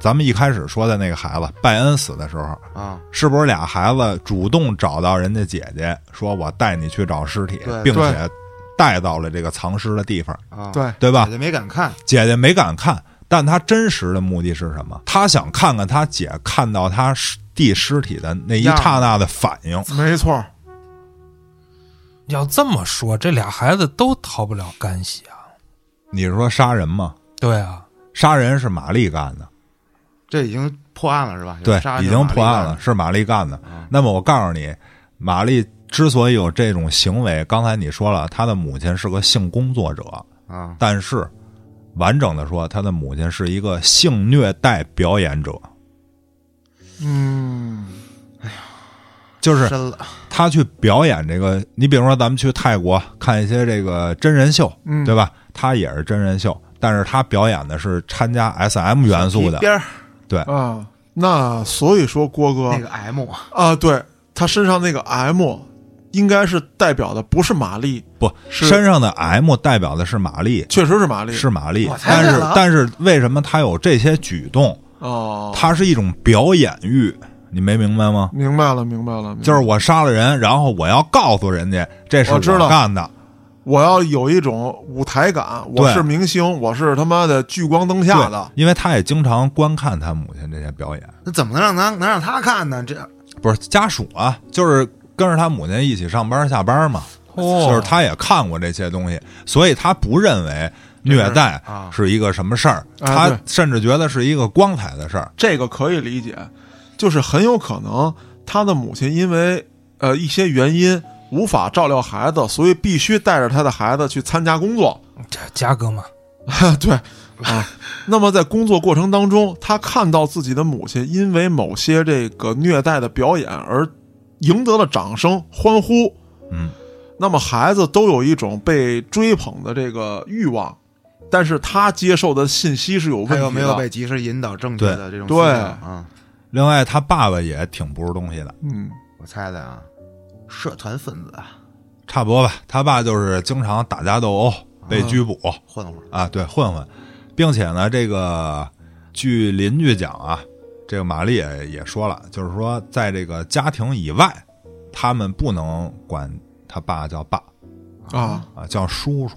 Speaker 2: 咱们一开始说的那个孩子，拜恩死的时候，
Speaker 4: 啊，
Speaker 2: 是不是俩孩子主动找到人家姐姐，说我带你去找尸体
Speaker 4: 对，
Speaker 2: 并
Speaker 1: 对
Speaker 2: 且带到了这个藏尸的地方，
Speaker 4: 啊，
Speaker 1: 对，
Speaker 2: 对吧
Speaker 4: 姐？姐没敢看，
Speaker 2: 姐姐没敢看，但她真实的目的是什么？她想看看她姐看到她尸弟尸体的那一
Speaker 4: 样子
Speaker 2: 刹那的反应。
Speaker 1: 没错儿，
Speaker 3: 要这么说，这俩孩子都逃不了干系啊。
Speaker 2: 你是说杀人吗？
Speaker 3: 对啊，
Speaker 2: 杀人是玛丽干的，
Speaker 4: 这已经破案了是吧？
Speaker 2: 对
Speaker 4: 有杀，人
Speaker 2: 已
Speaker 4: 有
Speaker 2: 经
Speaker 4: 玛丽
Speaker 2: 破案
Speaker 4: 干
Speaker 2: 了，。是玛丽干的
Speaker 4: 啊。
Speaker 2: 那么我告诉你，玛丽之所以有这种行为，刚才你说了，她的母亲是个性工作者，
Speaker 4: 啊，
Speaker 2: 但是完整的说，她的母亲是一个性虐待表演者，
Speaker 1: 嗯，
Speaker 2: 就是
Speaker 4: 深了，
Speaker 2: 他去表演这个，你比如说咱们去泰国看一些这个真人秀，
Speaker 1: 嗯
Speaker 2: 对吧？他也是真人秀，但是他表演的是掺加 SM 元素
Speaker 4: 一
Speaker 2: 的，
Speaker 4: 边儿
Speaker 1: 啊，那所以说郭哥
Speaker 4: 那个 M 啊
Speaker 1: 啊，对他身上那个 M，应该是代表的不是玛丽，
Speaker 2: 不，
Speaker 1: 是
Speaker 2: 身上的 M 代表的是玛丽，
Speaker 1: 确实是玛丽，
Speaker 2: 是玛丽
Speaker 4: 我。猜
Speaker 2: 但
Speaker 4: 对
Speaker 2: 是
Speaker 4: 了
Speaker 1: 啊
Speaker 2: 但是为什么他有这些举动？
Speaker 1: 哦，嗯
Speaker 2: 他是一种表演欲，你没明白吗？
Speaker 1: 明白了，明白了，明白了
Speaker 2: 就是我杀了人，然后我要告诉人家这是
Speaker 1: 我知道
Speaker 2: 干的，
Speaker 1: 我要有一种舞台感，我
Speaker 2: 对
Speaker 1: 是明星，我是他妈的聚光灯下的
Speaker 2: 对，因为他也经常观看他母亲这些表演。
Speaker 4: 那怎么能让咱能让他看呢？这
Speaker 2: 不是家属啊，就是跟着他母亲一起上班下班嘛，
Speaker 3: 哦
Speaker 2: 就是他也看过这些东西，所以他不认为虐待
Speaker 4: 啊
Speaker 2: 是一个什么事儿，
Speaker 1: 啊对
Speaker 2: 他甚至觉得是一个光彩的事儿。
Speaker 1: 这个可以理解，就是很有可能他的母亲因为呃一些原因无法照料孩子，所以必须带着他的孩子去参加工作。
Speaker 3: 这嘉哥嘛，
Speaker 1: 对啊，那么在工作过程当中，他看到自己的母亲因为某些这个虐待的表演而赢得了掌声欢呼，
Speaker 2: 嗯，
Speaker 1: 那么孩子都有一种被追捧的这个欲望，但是他接受的信息是有问题
Speaker 4: 他
Speaker 1: 的。
Speaker 4: 有没有被及时引导正确的这种思
Speaker 1: 对
Speaker 4: 想啊？
Speaker 2: 另外他爸爸也挺不是东西的，
Speaker 1: 嗯，
Speaker 4: 我猜的啊，社团分子啊，
Speaker 2: 差不多吧。他爸就是经常打架斗殴，被拘捕
Speaker 4: 混混儿
Speaker 2: 啊对，混混，并且呢，这个据邻居讲啊，这个玛丽也也说了，就是说在这个家庭以外，他们不能管他爸叫爸。
Speaker 1: 啊，
Speaker 2: 啊，叫叔叔，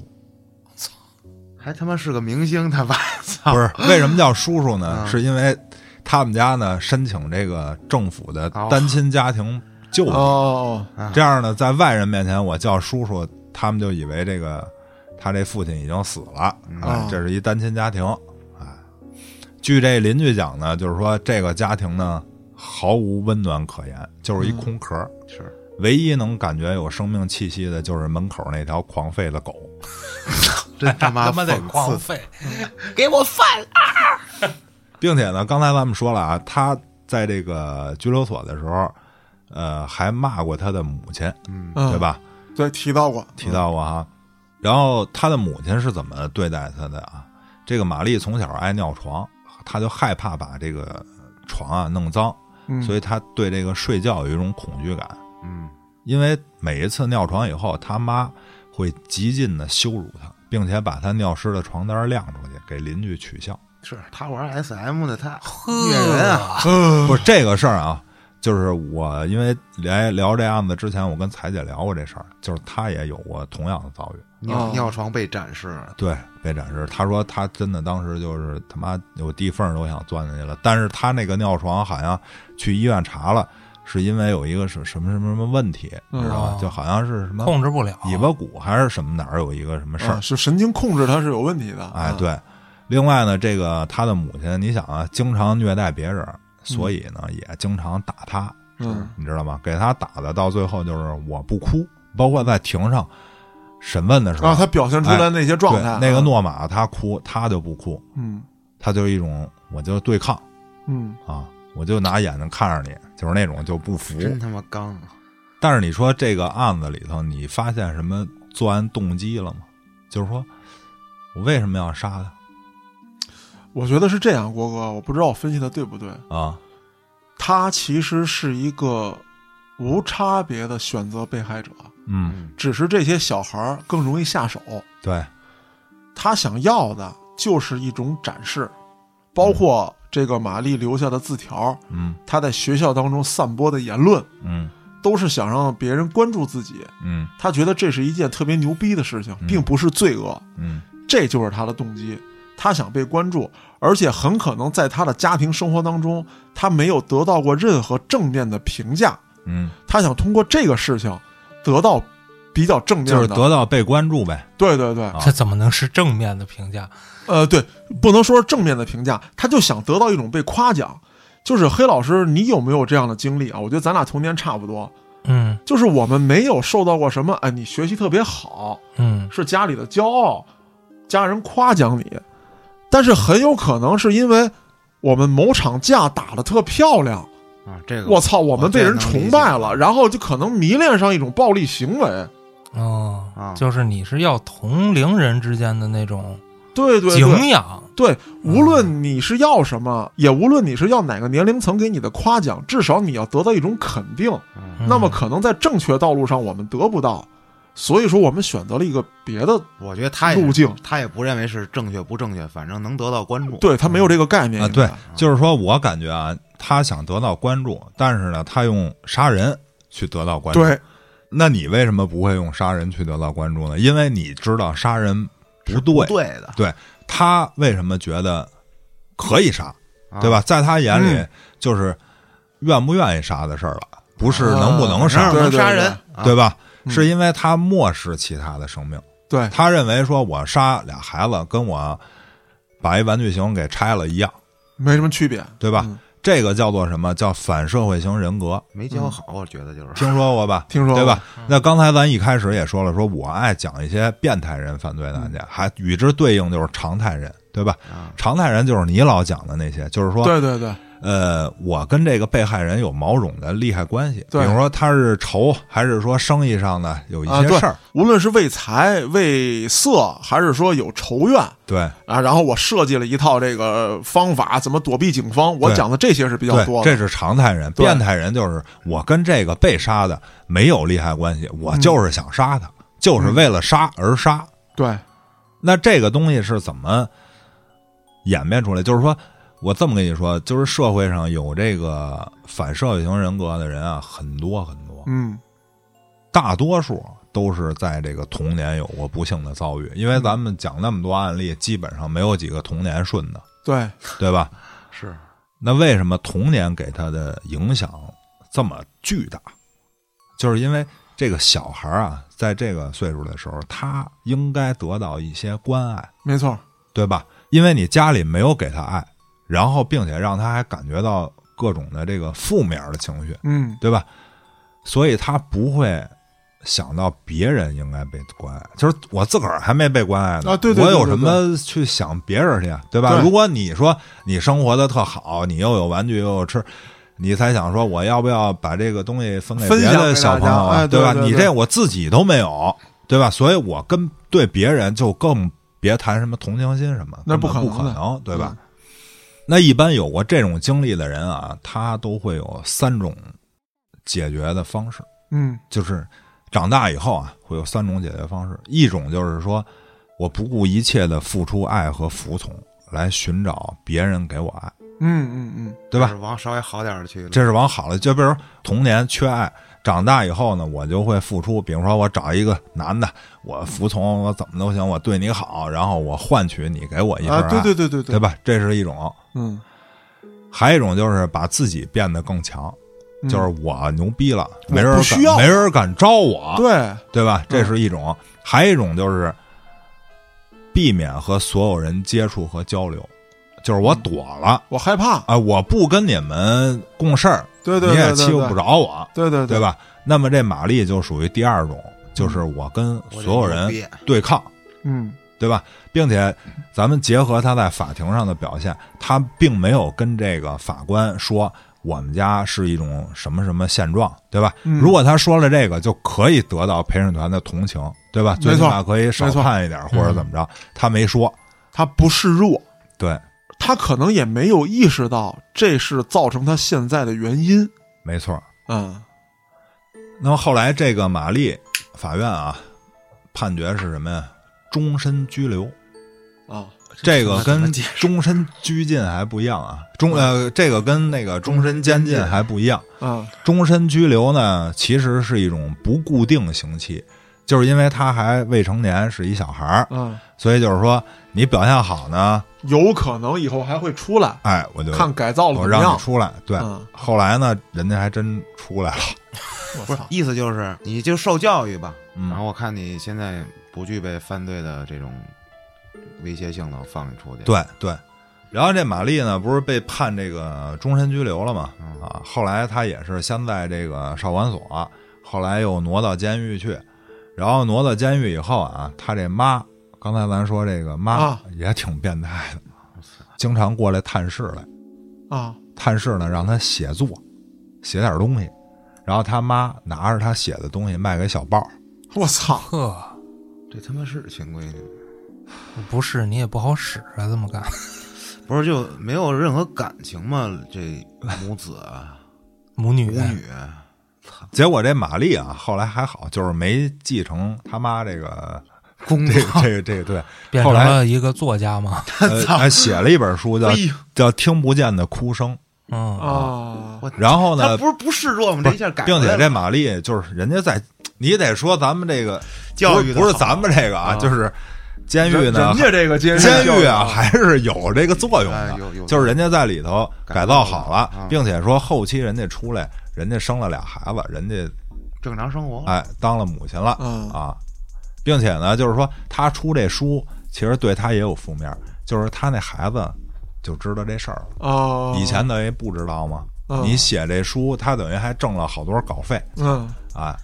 Speaker 4: 还他妈是个明星，他爸 操！
Speaker 2: 不是为什么叫叔叔呢？
Speaker 4: 嗯
Speaker 2: 是因为他们家呢申请这个政府的
Speaker 4: 哦
Speaker 2: 单亲家庭救济，
Speaker 1: 哦，
Speaker 2: 这样呢，在外人面前我叫叔叔，他们就以为这个他这父亲已经死了啊
Speaker 1: 哦，
Speaker 2: 这是一单亲家庭啊。据这邻居讲呢，就是说这个家庭呢毫无温暖可言，就是一空壳。
Speaker 4: 是
Speaker 2: 唯一能感觉有生命气息的，就是门口那条狂吠的狗。
Speaker 4: 真他妈
Speaker 3: 他妈得
Speaker 4: 讽
Speaker 3: 狂
Speaker 4: 刺，
Speaker 3: 吠，
Speaker 4: 给我饭啊！
Speaker 2: 并且呢，刚才咱们说了啊，他在这个拘留所的时候，呃，还骂过他的母亲，
Speaker 4: 嗯，
Speaker 1: 嗯
Speaker 2: 对？吧？
Speaker 1: 对，提到过，
Speaker 2: 提到过哈。然后他的母亲是怎么对待他的啊？这个玛丽从小爱尿床，她就害怕把这个床啊弄脏，
Speaker 1: 嗯，
Speaker 2: 所
Speaker 1: 以
Speaker 2: 以她对这个睡觉有一种恐惧感。
Speaker 4: 嗯，
Speaker 2: 因为每一次尿床以后，他妈会极尽的羞辱他，并且把他尿湿的床单晾出去，给邻居取笑。
Speaker 4: 是他玩 SM 的，他
Speaker 3: 呵
Speaker 4: 虐人啊！
Speaker 2: 不是这个事儿啊，就是我因为来聊这案子之前，我跟彩姐聊过这事儿，就是她也有过同样的遭遇，
Speaker 4: 尿
Speaker 1: 哦
Speaker 4: 尿床被展示，
Speaker 2: 对，被展示。她说她真的当时就是他妈有地缝儿都想钻进去了，但是她那个尿床好像去医院查了，是因为有一个什什么什么什么问题，你知道吧
Speaker 3: 哦？
Speaker 2: 就好像是什么
Speaker 3: 控制不了，
Speaker 2: 尾巴骨还是什么哪儿有一个什么事儿哎
Speaker 1: 啊，，是神经控制它是有问题的。
Speaker 2: 啊哎，对。另外呢，这个他的母亲，你想啊，经常虐待别人，所以呢也经常打他，
Speaker 1: 嗯
Speaker 2: 你知道吗？给他打的到最后就是我不哭，包括在庭上审问的时候，
Speaker 1: 啊，他表现出来那些状态啊，
Speaker 2: 哎对那个诺玛他哭，他就不哭，
Speaker 1: 嗯
Speaker 2: 他就一种我就对抗
Speaker 1: 嗯，
Speaker 2: 啊，我就拿眼睛看着你，就是那种就不服。
Speaker 4: 真他妈刚啊，
Speaker 2: 但是你说这个案子里头，你发现什么作案动机了吗？就是说我为什么要杀
Speaker 1: 我觉得是这样，郭哥，我不知道我分析的对不对。
Speaker 2: 他啊？
Speaker 1: 他其实是一个无差别的选择被害者，
Speaker 2: 嗯，
Speaker 4: 嗯，
Speaker 1: 只是这些小孩儿更容易下手。
Speaker 2: 对，
Speaker 1: 他想要的就是一种展示，包括这个玛丽留下的字条，
Speaker 2: 嗯
Speaker 1: 她在学校当中散播的言论，
Speaker 2: 嗯
Speaker 1: 都是想让别人关注自己。
Speaker 2: 嗯
Speaker 1: 他觉得这是一件特别牛逼的事情，并不是罪恶，
Speaker 2: 嗯
Speaker 1: 这就是他的动机。他想被关注，而且很可能在他的家庭生活当中，他没有得到过任何正面的评价。
Speaker 2: 嗯，
Speaker 1: 他想通过这个事情得到比较正面的，
Speaker 2: 就是得到被关注呗。
Speaker 1: 对对对，
Speaker 2: 啊
Speaker 3: 这怎么能是正面的评价？
Speaker 1: 呃，对，不能说是正面的评价，他就想得到一种被夸奖。就是黑老师，你有没有这样的经历啊？我觉得咱俩童年差不多，
Speaker 3: 嗯
Speaker 1: 就是我们没有受到过什么，哎，你学习特别好，
Speaker 3: 嗯
Speaker 1: 是家里的骄傲，家人夸奖你，但是很有可能是因为我们某场架打得特漂亮，
Speaker 4: 啊，这个
Speaker 1: 我操，我们被人
Speaker 4: 这能理解啊
Speaker 1: 崇拜了，然后就可能迷恋上一种暴力行为。
Speaker 3: 哦，
Speaker 4: 啊，
Speaker 3: 就是你是要同龄人之间的那种
Speaker 1: 对对对，
Speaker 3: 敬仰，
Speaker 1: 对，无论你是要什么，也无论你是要哪个年龄层给你的夸奖，至少你要得到一种肯定。
Speaker 4: 嗯
Speaker 3: 嗯
Speaker 1: 那么可能在正确道路上我们得不到，所以说我们选择了一个别的，
Speaker 4: 我觉得他也
Speaker 1: 路径
Speaker 2: 哎
Speaker 4: 他也不认为是正确不正确，反正能得到关注。
Speaker 1: 对他没有这个概念
Speaker 2: 啊，对，就是说我感觉啊，他想得到关注，但是呢，他用杀人去得到关注。，
Speaker 1: 对
Speaker 2: 那你为什么不会用杀人去得到关注呢？因为你知道杀人不对，
Speaker 4: 不对的，
Speaker 2: 对他为什么觉得可以杀，
Speaker 4: 啊
Speaker 2: 对吧？？在他眼里
Speaker 1: 嗯，
Speaker 2: 就是愿不愿意杀的事儿了，不是能不能
Speaker 4: 啊
Speaker 2: 杀，
Speaker 4: 能
Speaker 1: 对
Speaker 4: 杀
Speaker 1: 对
Speaker 4: 人，啊
Speaker 2: 对吧？
Speaker 1: 嗯
Speaker 2: 是因为他漠视其他的生命，
Speaker 1: 对
Speaker 2: 他认为说我杀俩孩子跟我把一玩具熊给拆了一样，
Speaker 1: 没什么区别，
Speaker 2: 对吧？
Speaker 1: 嗯
Speaker 2: 这个叫做什么？叫反社会型人 格。
Speaker 4: 没教好，我觉得就是
Speaker 2: 听说过吧？
Speaker 1: 听说过嗯
Speaker 2: 对吧？那刚才咱一开始也说了，说我爱讲一些变态人犯罪的案件，还与之对应就是常态人，对吧？
Speaker 4: 啊，
Speaker 2: 常态人就是你老讲的那些，就是说，
Speaker 1: 对对对，
Speaker 2: 呃，我跟这个被害人有某种的利害关系，比
Speaker 1: 对
Speaker 2: 如说他是仇，还是说生意上的有一
Speaker 1: 啊
Speaker 2: 些
Speaker 1: 对
Speaker 2: 事儿，，
Speaker 1: 无论是为财、为色，还是说有仇怨
Speaker 2: 对
Speaker 1: 啊，然后我设计了一套这个方法，怎么躲避警方，我
Speaker 2: 对
Speaker 1: 讲的这些是比较
Speaker 2: 对，
Speaker 1: 多
Speaker 2: 这
Speaker 1: 的，
Speaker 2: 是常态人。
Speaker 1: 对
Speaker 2: 变态人就是我跟这个被杀的没有利害关系，我就是想杀
Speaker 1: 嗯
Speaker 2: 他，就是为了杀而杀，
Speaker 1: 对，
Speaker 2: 那这个东西是怎么演变出来？就是说我这么跟你说，就是社会上有这个反社会型人格的人啊，很多很多，
Speaker 1: 嗯
Speaker 2: 大多数都是在这个童年有过不幸的遭遇。因为咱们讲那么多案例，基本上没有几个童年顺的，
Speaker 1: 对，
Speaker 2: 对吧？
Speaker 4: 是
Speaker 2: 那为什么童年给他的影响这么巨大？就是因为这个小孩啊，在这个岁数的时候，他应该得到一些关爱。
Speaker 1: 没错，
Speaker 2: 对吧？因为你家里没有给他爱，然后并且让他还感觉到各种的这个负面的情绪，
Speaker 1: 嗯
Speaker 2: 对吧？所以他不会想到别人应该被关爱，就是我自个儿还没被关爱呢，
Speaker 1: 啊对对对
Speaker 2: 我有
Speaker 1: 对
Speaker 2: 什
Speaker 1: 对
Speaker 2: 么去想别人去，啊对吧？
Speaker 1: 对
Speaker 2: 如果你说你生活的特好，你又有玩具又有吃。你才想说我要不要把这个东西分给
Speaker 1: 分
Speaker 2: 别
Speaker 1: 享
Speaker 2: 的
Speaker 1: 给大
Speaker 2: 小朋
Speaker 1: 家
Speaker 2: 友啊，
Speaker 1: 哎对
Speaker 2: 吧？
Speaker 1: 对
Speaker 2: 你
Speaker 1: 对
Speaker 2: 这我自己都没有，对吧？所以我跟对别人就更别谈什么同情心什么，
Speaker 1: 那
Speaker 2: 不
Speaker 1: 不可
Speaker 2: 不可
Speaker 1: 能的
Speaker 2: 能，对
Speaker 1: 嗯
Speaker 2: 吧？那一般有过这种经历的人啊，他都会有三种解决的方式，
Speaker 1: 嗯
Speaker 2: 就是长大以后啊，会有三种解决方式。一种就是说，我不顾一切的付出爱和服从，来寻找别人给我爱，
Speaker 1: 嗯嗯嗯，
Speaker 2: 对吧
Speaker 4: 就是？往稍微好点儿的去了，
Speaker 2: 这是往好了，就比如童年缺爱，长大以后呢，我就会付出，比如说我找一个男的，我服从，我怎么都行，我对你好，然后我换取你给我一份爱，
Speaker 1: 啊，对对对对
Speaker 2: 对，吧？这是一种。
Speaker 1: 嗯，
Speaker 2: 还有一种就是把自己变得更强，
Speaker 1: 嗯
Speaker 2: 就是我牛逼了，没
Speaker 1: 我
Speaker 2: 人
Speaker 1: 不
Speaker 2: 敢
Speaker 1: 需要
Speaker 2: 没人敢招我，
Speaker 1: 对，嗯
Speaker 2: 对吧？这是一种，还有一种就是避免和所有人接触和交流，就是
Speaker 1: 嗯
Speaker 2: 我躲了，
Speaker 1: 我害怕，
Speaker 2: 啊，我不跟你们共事儿，
Speaker 1: 对对
Speaker 2: 你
Speaker 1: 对
Speaker 2: 也
Speaker 1: 对，
Speaker 2: 欺负
Speaker 1: 对，
Speaker 2: 不着我，
Speaker 1: 对对
Speaker 2: 对？吧？那么这玛丽就属于第二种，就是我跟所有人对抗，
Speaker 1: 嗯，
Speaker 2: 对吧？并且咱们结合他在法庭上的表现，他并没有跟这个法官说我们家是一种什么什么现状，对吧？
Speaker 1: 嗯
Speaker 2: 如果他说了这个，就可以得到陪审团的同情，对吧？
Speaker 1: 没错
Speaker 2: 最起码可以少
Speaker 1: 没错嗯
Speaker 2: 判一点或者怎么着，他没说，
Speaker 1: 他不示弱，
Speaker 2: 对，
Speaker 1: 他可能也没有意识到这是造成他现在的原因。
Speaker 2: 没错。
Speaker 1: 嗯，
Speaker 2: 那么后来这个玛丽，法院啊，判决是什么呀？终身拘留。
Speaker 1: 啊，
Speaker 2: 这个
Speaker 4: 怎么
Speaker 2: 跟
Speaker 4: 解
Speaker 2: 终身拘禁还不一样啊，终呃，这个跟那个终身监禁还不一样。
Speaker 1: 嗯，
Speaker 2: 终身拘留呢，其实是一种不固定刑期，就是因为他还未成年，是一小孩儿，
Speaker 1: 嗯，
Speaker 2: 所以就是说你表现好呢，
Speaker 1: 有可能以后还会出来，
Speaker 2: 哎，我就
Speaker 1: 看改造了怎
Speaker 2: 我
Speaker 1: 么
Speaker 2: 让你
Speaker 1: 样。
Speaker 2: 出来。对，
Speaker 1: 嗯
Speaker 2: 后来呢，人家还真出来了。
Speaker 1: 我
Speaker 4: 不是
Speaker 1: 操，
Speaker 4: 意思就是你就受教育吧。
Speaker 2: 嗯
Speaker 4: 然后我看你现在不具备犯罪的这种威胁性了，我放你出去。，
Speaker 2: 对对，然后这玛丽呢，不是被判这个终身拘留了嘛？
Speaker 3: 嗯
Speaker 2: 啊，后来她也是先在这个少管所，后来又挪到监狱去，然后挪到监狱以后啊，她这妈，刚才咱说这个妈
Speaker 1: 啊
Speaker 2: 也挺变态的，经常过来探视来，
Speaker 1: 啊，
Speaker 2: 探视呢让她写作，写点东西，然后他妈拿着他写的东西卖给小报儿，
Speaker 1: 我操，
Speaker 3: 嗯呵，
Speaker 4: 这他妈是潜规矩，
Speaker 3: 不是你也不好使啊，这么干。
Speaker 4: 不是就没有任何感情吗？这母子啊，
Speaker 3: 母
Speaker 4: 母
Speaker 3: 女，
Speaker 4: 女，啊
Speaker 2: 结果这玛丽啊，后来还好，就是没继承他妈这个
Speaker 4: 公
Speaker 2: 这个
Speaker 4: 道，
Speaker 2: 这个这个对。
Speaker 3: 变
Speaker 2: 后
Speaker 3: 成
Speaker 2: 来
Speaker 3: 了一个作家嘛。
Speaker 2: 呃，还写了一本书叫
Speaker 4: 哎呦
Speaker 2: 叫《听不见的哭声》，
Speaker 3: 嗯，
Speaker 1: 啊，
Speaker 4: 我
Speaker 2: 然后
Speaker 4: 他
Speaker 2: 呢，
Speaker 4: 不是不示弱吗？这一下改回
Speaker 2: 并
Speaker 4: 来了，
Speaker 2: 且这玛丽就是人家在，你得说咱们这个
Speaker 4: 教育
Speaker 2: 不是不是咱们这个啊，
Speaker 4: 啊
Speaker 2: 就是监狱
Speaker 1: 人
Speaker 2: 呢
Speaker 1: 人，家这个监
Speaker 2: 监
Speaker 1: 教
Speaker 2: 狱
Speaker 1: 育
Speaker 2: 啊还是有这个作用的
Speaker 4: 哎有有，啊
Speaker 2: 就是人家在里头改造好
Speaker 4: 改造
Speaker 2: 了
Speaker 4: 了，
Speaker 2: 并且说后期人家出来，人家生了俩孩子，人家
Speaker 4: 正常生活，
Speaker 2: 哎当了母亲了
Speaker 1: 嗯
Speaker 2: 啊，并且呢，就是说他出这书其实对他也有负面，就是他那孩子就知道这事儿了。
Speaker 1: 啊，
Speaker 2: 以前等于不知道吗？
Speaker 1: 嗯
Speaker 2: 你写这书，他等于还挣了好多稿费
Speaker 1: 嗯
Speaker 2: 啊。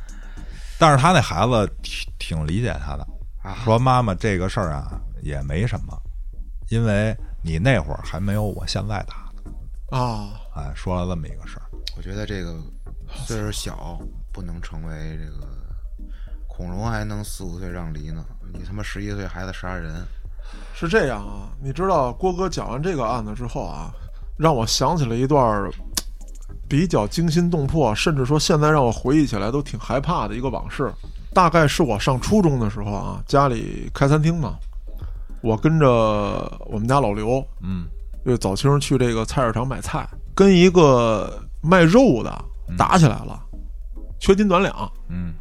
Speaker 2: 但是他那孩子挺挺理解他的，
Speaker 4: 啊
Speaker 2: 说妈妈这个事儿啊也没什么，因为你那会儿还没有我现在大呢。
Speaker 1: 啊，
Speaker 2: 哎，说了这么一个事儿，
Speaker 4: 我觉得这个岁数小不能成为这个恐龙，还能四五岁让梨呢。你他妈十一岁孩子杀人，
Speaker 1: 是这样啊。你知道郭哥讲完这个案子之后啊，让我想起了一段儿嘖比较惊心动魄，甚至说现在让我回忆起来都挺害怕的一个往事。大概是我上初中的时候啊，家里开餐厅嘛，我跟着我们家老刘，
Speaker 2: 嗯，
Speaker 1: 就早清去这个菜市场买菜，跟一个卖肉的打起来了，缺斤短两。
Speaker 2: 嗯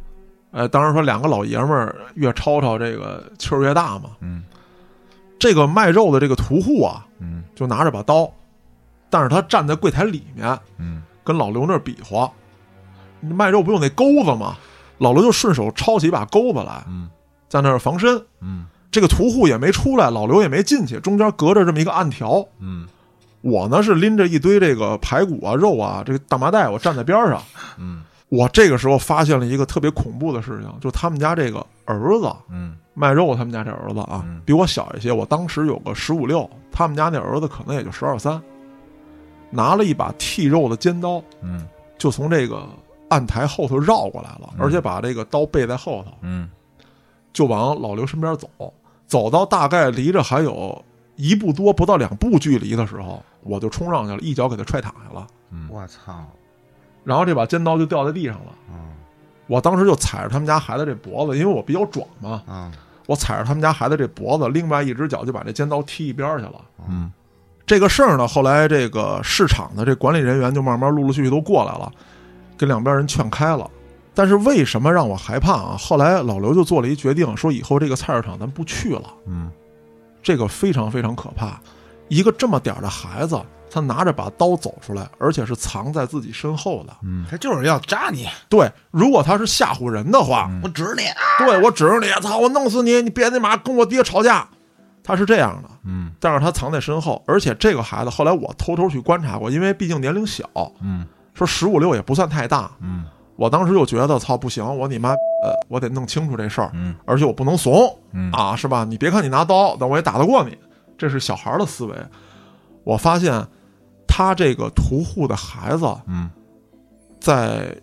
Speaker 1: 呃，当然说两个老爷们儿越吵吵，这个气儿越大嘛。
Speaker 2: 嗯
Speaker 1: 这个卖肉的这个屠户啊，
Speaker 2: 嗯
Speaker 1: 就拿着把刀，但是他站在柜台里面
Speaker 2: 嗯
Speaker 1: 跟老刘那儿比划。你卖肉不用那钩子吗？老刘就顺手抄起一把钩子来，
Speaker 2: 嗯
Speaker 1: 在那儿防身。
Speaker 2: 嗯
Speaker 1: 这个屠户也没出来，老刘也没进去，中间隔着这么一个暗条。
Speaker 2: 嗯
Speaker 1: 我呢是拎着一堆这个排骨啊、肉啊，这个大麻袋，我站在边上。
Speaker 2: 嗯
Speaker 1: 我这个时候发现了一个特别恐怖的事情，就他们家这个儿子
Speaker 2: 嗯
Speaker 1: 卖肉，他们家这儿子啊
Speaker 2: 嗯，
Speaker 1: 比我小一些。我当时有个十五六，他们家那儿子可能也就十二三，拿了一把剔肉的尖刀，
Speaker 2: 嗯
Speaker 1: 就从这个案台后头绕过来了，
Speaker 2: 嗯
Speaker 1: 而且把这个刀背在后头，
Speaker 2: 嗯
Speaker 1: 就往老刘身边走。走到大概离着还有一步多，不到两步距离的时候，我就冲上去了，一脚给他踹躺下了，
Speaker 2: 嗯，
Speaker 4: 我操！
Speaker 1: 然后这把尖刀就掉在地上了。
Speaker 4: 嗯
Speaker 1: 我当时就踩着他们家孩子这脖子，因为我比较壮嘛，
Speaker 4: 嗯，
Speaker 1: 我踩着他们家孩子这脖子，另外一只脚就把这尖刀踢一边儿去了。
Speaker 2: 嗯，
Speaker 1: 这个事儿呢，后来这个市场的这管理人员就慢慢陆陆续续都过来了，跟两边人劝开了。但是为什么让我害怕啊？后来老刘就做了一决定，说以后这个菜市场咱不去了。
Speaker 2: 嗯，
Speaker 1: 这个非常非常可怕。一个这么点儿的孩子，他拿着把刀走出来，而且是藏在自己身后的。
Speaker 2: 嗯
Speaker 4: 他就是要扎你，
Speaker 1: 对，如果他是吓唬人的话，
Speaker 2: 嗯
Speaker 4: 我 指你啊！
Speaker 1: 对我指着你，操，我弄死你！你别你妈跟我爹吵架。他是这样的，
Speaker 2: 嗯，
Speaker 1: 但是他藏在身后。而且这个孩子后来我偷偷去观察过，因为毕竟年龄小，
Speaker 2: 嗯
Speaker 1: 说十五六也不算太大。
Speaker 2: 嗯
Speaker 1: 我当时就觉得操不行，我你妈，呃，我得弄清楚这事儿，
Speaker 2: 嗯
Speaker 1: 而且我不能怂
Speaker 2: 嗯
Speaker 1: 啊，是吧？你别看你拿刀，但我也打得过你，这是小孩儿的思维。我发现他这个屠户的孩子
Speaker 2: 嗯
Speaker 1: 在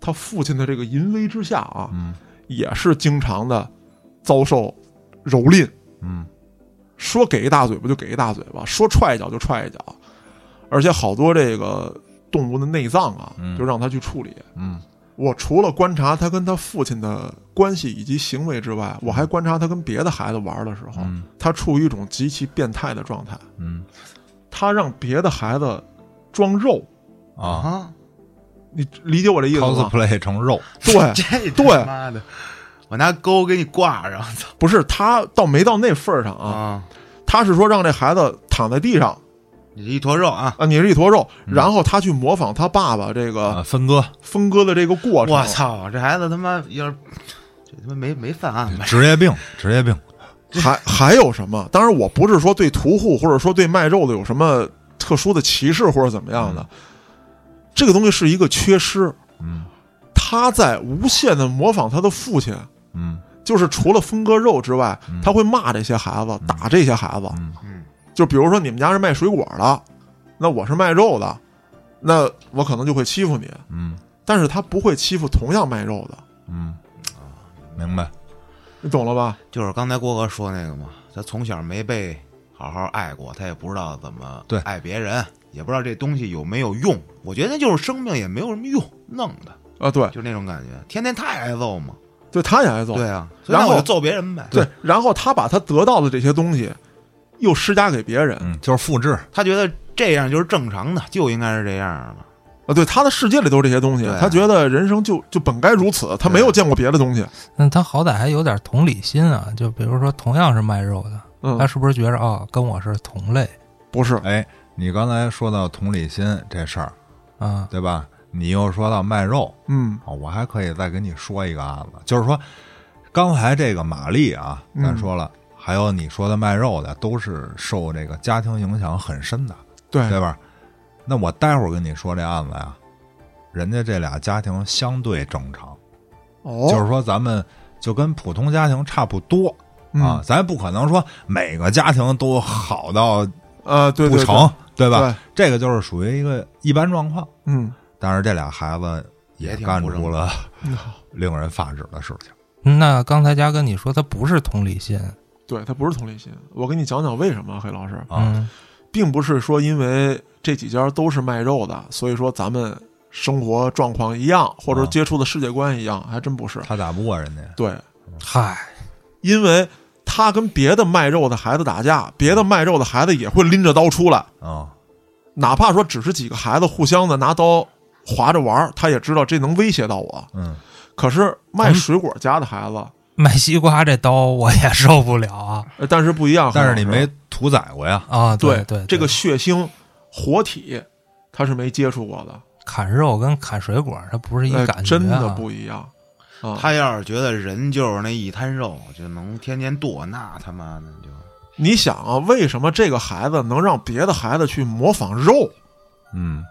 Speaker 1: 他父亲的这个淫威之下啊，
Speaker 2: 嗯
Speaker 1: 也是经常的遭受蹂躏，
Speaker 2: 嗯
Speaker 1: 说给一大嘴巴就给一大嘴巴，说踹一脚就踹一脚，而且好多这个动物的内脏啊，
Speaker 2: 嗯
Speaker 1: 就让他去处理。
Speaker 2: 嗯
Speaker 1: 我除了观察他跟他父亲的关系以及行为之外，我还观察他跟别的孩子玩的时候，
Speaker 2: 嗯
Speaker 1: 他处于一种极其变态的状态。
Speaker 2: 嗯
Speaker 1: 他让别的孩子装肉，
Speaker 2: 啊
Speaker 4: 啊，
Speaker 1: 你理解我这意思吗？
Speaker 2: ，cosplay 成肉，
Speaker 1: 对，
Speaker 4: 这
Speaker 1: 对
Speaker 4: 他妈的，我拿钩给你挂上，操
Speaker 1: 不是他倒没到那份儿上啊，
Speaker 4: 啊！
Speaker 1: 他是说让这孩子躺在地上
Speaker 4: 你一坨肉啊！
Speaker 1: 啊，你是一坨肉，
Speaker 2: 嗯
Speaker 1: 然后他去模仿他爸爸这个
Speaker 2: 啊，分割
Speaker 1: 分割的这个过程。
Speaker 4: 我！操，这孩子他妈要是这他妈没没啊犯案呗？
Speaker 2: 职业病，职业病，
Speaker 1: 还还有什么？当然，我不是说对屠户或者说对卖肉的有什么特殊的歧视或者怎么样的，这个东西是一个缺失。
Speaker 2: 嗯
Speaker 1: 他在无限的模仿他的父亲，
Speaker 2: 嗯
Speaker 1: 就是除了分割肉之外，他会骂这些孩子，打这些孩子。
Speaker 2: 嗯
Speaker 4: 嗯，
Speaker 1: 就比如说你们家是卖水果的，那我是卖肉的，那我可能就会欺负你。
Speaker 2: 嗯
Speaker 1: 但是他不会欺负同样卖肉的，
Speaker 2: 嗯，明白，
Speaker 1: 你懂了吧？
Speaker 4: 就是刚才郭哥说那个嘛，他从小没被好好爱过，他也不知道怎么
Speaker 2: 对
Speaker 4: 爱别人，也不知道这东西有没有用。我觉得就是生病也没有什么用，弄的
Speaker 1: 啊，对，
Speaker 4: 就那种感觉，天天他也挨揍嘛。
Speaker 1: 对，他也挨揍。
Speaker 4: 对啊，所以
Speaker 1: 然
Speaker 4: 那
Speaker 1: 后
Speaker 4: 我就揍别人呗。
Speaker 1: 对，然后他把他得到的这些东西又施加给别人
Speaker 2: 嗯，就是复制，
Speaker 4: 他觉得这样就是正常的，就应该是这样嘛。
Speaker 1: 啊，对，他的世界里都是这些东西
Speaker 4: 对，啊
Speaker 1: 他觉得人生就就本该如此，他没有见过别的东西。
Speaker 3: 那他好歹还有点同理心啊，就比如说同样是卖肉的，他
Speaker 1: 嗯，
Speaker 3: 是不是觉着哦，跟我是同类
Speaker 1: 不是，
Speaker 2: 哎，你刚才说到同理心这事儿，
Speaker 3: 啊？
Speaker 2: 对吧？你又说到卖肉
Speaker 1: 嗯
Speaker 2: 啊，我还可以再给你说一个案子，就是说，刚才这个玛丽啊，
Speaker 1: 嗯
Speaker 2: 咱说了，还有你说的卖肉的，都是受这个家庭影响很深的，
Speaker 1: 对，
Speaker 2: 对吧？那我待会儿跟你说这案子呀，人家这俩家庭相对正常，
Speaker 1: 哦，
Speaker 2: 就是说咱们就跟普通家庭差不多啊，
Speaker 1: 嗯，
Speaker 2: 咱不可能说每个家庭都好到
Speaker 1: 呃，对
Speaker 2: 不
Speaker 1: 对，
Speaker 2: 成，对
Speaker 1: 对
Speaker 2: 吧？？这个就是属于一个一般状况。
Speaker 1: 对嗯，
Speaker 2: 但是这俩孩子也
Speaker 4: 也挺
Speaker 2: 干
Speaker 4: 不正
Speaker 2: 出
Speaker 4: 常
Speaker 2: 了令人发指的事情。
Speaker 3: 那刚才嘉哥你说他不是同理心
Speaker 1: 对他不是同理心，我给你讲讲为什么，黑老师，
Speaker 2: 啊
Speaker 3: 嗯
Speaker 1: 并不是说因为这几家都是卖肉的，所以说咱们生活状况一样，或者
Speaker 2: 啊
Speaker 1: 说接触的世界观一样，还真不是。
Speaker 2: 他打不过人家，
Speaker 1: 对，
Speaker 3: 嗨，
Speaker 1: 因为他跟别的卖肉的孩子打架，别的卖肉的孩子也会拎着刀出来，
Speaker 2: 啊、
Speaker 1: 哪怕说只是几个孩子互相的拿刀划着玩儿，他也知道这能威胁到我。
Speaker 2: 嗯，
Speaker 1: 可是卖水果家的孩子，
Speaker 3: 卖西瓜这刀我也受不了啊
Speaker 1: 呃但是不一样，
Speaker 2: 但是你
Speaker 1: 何老师
Speaker 2: 没屠宰过呀，
Speaker 3: 啊！
Speaker 1: 对
Speaker 3: 对，
Speaker 1: 这个血腥活体，他是没接触过的，
Speaker 3: 砍肉跟砍水果它不是一
Speaker 1: 哎
Speaker 3: 感觉、啊
Speaker 1: 真的不一样啊！
Speaker 4: 他要是觉得人就是那一滩肉，就能天天剁，那他妈的就
Speaker 1: 你想啊，为什么这个孩子能让别的孩子去模仿肉，
Speaker 2: 嗯，